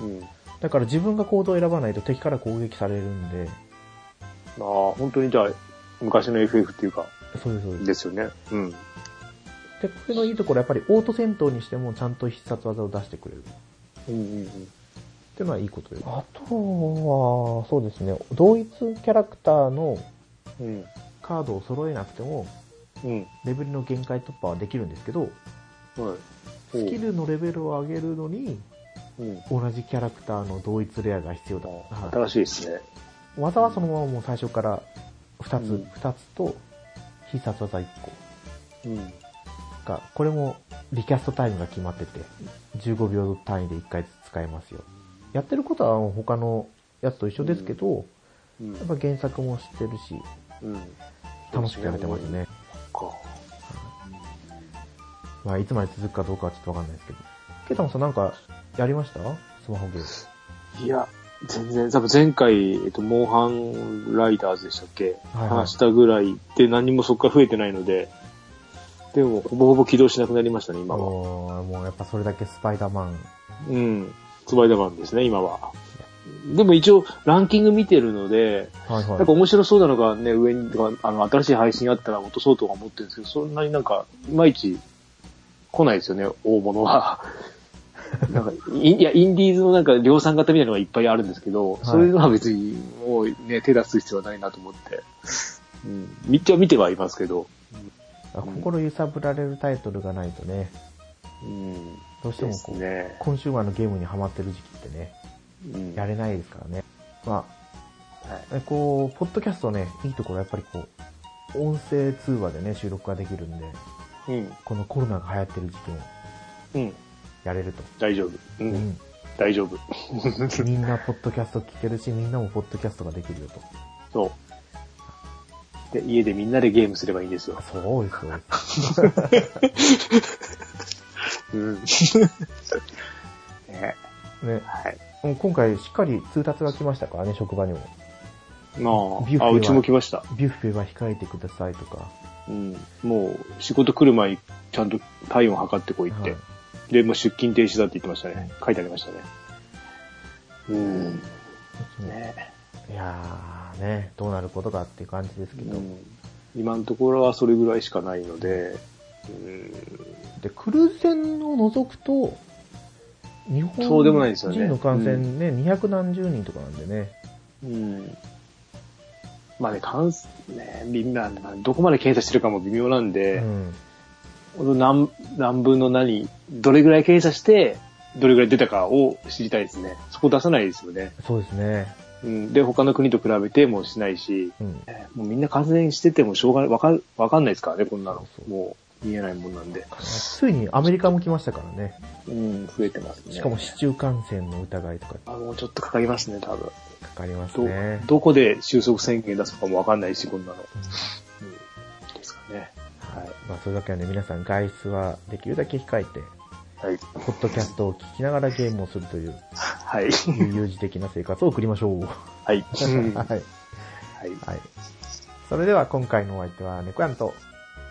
[SPEAKER 2] うん。あ
[SPEAKER 1] だから自分が行動を選ばないと敵から攻撃されるんで、
[SPEAKER 2] あ、本当にじゃあ、昔の FF っていうか、
[SPEAKER 1] そうです、そうです。
[SPEAKER 2] ですよね。うん。
[SPEAKER 1] で、これのいいところはやっぱりオート戦闘にしてもちゃんと必殺技を出してくれる。
[SPEAKER 2] うんうんうん。
[SPEAKER 1] っていうのはいいことです。あとは、そうですね、同一キャラクターの
[SPEAKER 2] うん。
[SPEAKER 1] カードを揃えなくても、
[SPEAKER 2] うん。
[SPEAKER 1] レベルの限界突破はできるんですけど、
[SPEAKER 2] はい。
[SPEAKER 1] スキルのレベルを上げるのに、
[SPEAKER 2] おううん。
[SPEAKER 1] 同じキャラクターの同一レアが必要だ。
[SPEAKER 2] あ
[SPEAKER 1] は
[SPEAKER 2] 新しいですね。
[SPEAKER 1] い、技はそのままもう最初から2
[SPEAKER 2] うん
[SPEAKER 1] つ、二つと必殺技1個
[SPEAKER 2] うん。
[SPEAKER 1] が、これもリキャストタイムが決まってて、15秒単位で1回ずつ使えますよ。やってることはもう他のやつと一緒ですけど、
[SPEAKER 2] うん
[SPEAKER 1] やっぱ原作も知ってるし、
[SPEAKER 2] うん。
[SPEAKER 1] 楽しくやれてますね。
[SPEAKER 2] か。
[SPEAKER 1] まあ、いつまで続くかどうかはちょっとわかんないですけど。ケイタモンさんなんかやりましたスマホゲーム。
[SPEAKER 2] いや、全然、多分前回、えっと、モンハンライダーズでしたっけ、
[SPEAKER 1] はいはい
[SPEAKER 2] 話したぐらいで何もそこから増えてないので、でも、ほぼほぼ起動しなくなりましたね、今は。
[SPEAKER 1] おーもうやっぱそれだけスパイダーマン。
[SPEAKER 2] うん。スパイダーマンですね、今は。でも一応、ランキング見てるので、
[SPEAKER 1] はい
[SPEAKER 2] なんか
[SPEAKER 1] は
[SPEAKER 2] 面白そうなのがね、上に、あの、新しい配信あったら落とそうとは思ってるんですけど、そんなになんか、いまいち来ないですよね、大物 は。なんか、いいや、インディーズのなんか量産型みたいなのがいっぱいあるんですけど、
[SPEAKER 1] い
[SPEAKER 2] そういうのは別にもうね、手出す必要はないなと思って。うん。見ては見てはいますけど。
[SPEAKER 1] い。心揺さぶられるタイトルがないとね、
[SPEAKER 2] うん。
[SPEAKER 1] どうして
[SPEAKER 2] で
[SPEAKER 1] も
[SPEAKER 2] す
[SPEAKER 1] こう、
[SPEAKER 2] ね。
[SPEAKER 1] コンシューマーのゲームにハマってる時期ってね、
[SPEAKER 2] うん。
[SPEAKER 1] や
[SPEAKER 2] はい。
[SPEAKER 1] れないですからね。まあ、えこう、ポッドキャストね、いいところはやっぱりこう、音声通話でね、収録ができるんで、
[SPEAKER 2] うん。
[SPEAKER 1] このコロナが流行ってる時期も
[SPEAKER 2] うん。
[SPEAKER 1] やれると。
[SPEAKER 2] 大丈夫。う。
[SPEAKER 1] うんん。
[SPEAKER 2] 大丈夫。
[SPEAKER 1] みんなポッドキャスト聞けるし、みんなもポッドキャストができるよと。
[SPEAKER 2] そう。で、家でみんなでゲームすればいいんですよ。
[SPEAKER 1] そうですよ。
[SPEAKER 2] うん。ね。
[SPEAKER 1] ね、
[SPEAKER 2] はい。
[SPEAKER 1] もう今回しっかり通達が来ましたからね、職場にも。
[SPEAKER 2] な
[SPEAKER 1] ビュッフェ
[SPEAKER 2] あ、
[SPEAKER 1] は
[SPEAKER 2] あ、うちも来ました。
[SPEAKER 1] ビュッフェは控えてくださいとか。
[SPEAKER 2] うん。もう、仕事来る前に、ちゃんと体温測ってこいっ
[SPEAKER 1] は
[SPEAKER 2] て。
[SPEAKER 1] い
[SPEAKER 2] で、もう出勤停止だって言ってましたね
[SPEAKER 1] う。
[SPEAKER 2] 書いてありましたね。うん。ね
[SPEAKER 1] いやーね、どうなることかっていう感じですけ
[SPEAKER 2] う
[SPEAKER 1] ど。
[SPEAKER 2] ん、今のところはそれぐらいしかないので、うん。
[SPEAKER 1] で、クルーズ船を除くと、日本
[SPEAKER 2] そうでもないですよね
[SPEAKER 1] 人の感染ね、二百何十人とかなんでね。
[SPEAKER 2] うん。まあね、感染、ね、みんな、まあどこまで検査してるかも微妙なん
[SPEAKER 1] う
[SPEAKER 2] で、
[SPEAKER 1] ん。
[SPEAKER 2] 何、何分の何、どれぐらい検査して、どれぐらい出たかを知りたいですね。そこ出さないですよね。
[SPEAKER 1] そうですね。
[SPEAKER 2] うん。で、他の国と比べてもしないし、
[SPEAKER 1] うん。
[SPEAKER 2] えーもうみんな感染しててもしょうがない、わか、わかんないですからね、こんなの
[SPEAKER 1] そう。そう
[SPEAKER 2] もう見えないもんなんで。
[SPEAKER 1] ついにアメリカも来ましたからね。
[SPEAKER 2] うん、増えてますね。
[SPEAKER 1] しかも市中感染の疑いとか
[SPEAKER 2] あ、もうちょっとかかりますね、多分。
[SPEAKER 1] かかります
[SPEAKER 2] ど、
[SPEAKER 1] ね。
[SPEAKER 2] どこで収束宣言出すかもわかんないし、こんな
[SPEAKER 1] う
[SPEAKER 2] の。
[SPEAKER 1] ん
[SPEAKER 2] うん。ですかね。は
[SPEAKER 1] まあ、それだけはね、皆さん外出はできるだけ控えて、
[SPEAKER 2] い。はい。
[SPEAKER 1] ポッドキャストを聞きながらゲームをすると いう、
[SPEAKER 2] はい。
[SPEAKER 1] 悠々自適な生活を送りましょう。
[SPEAKER 2] はい。 うん
[SPEAKER 1] は。
[SPEAKER 2] はいい。
[SPEAKER 1] はい。それでは今回のお相手は猫やんと、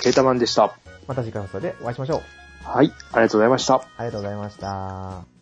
[SPEAKER 2] ケータマンでした。
[SPEAKER 1] また次回の放送でお会いしましょう。
[SPEAKER 2] はい。ありがとうございました。
[SPEAKER 1] ありがとうございました。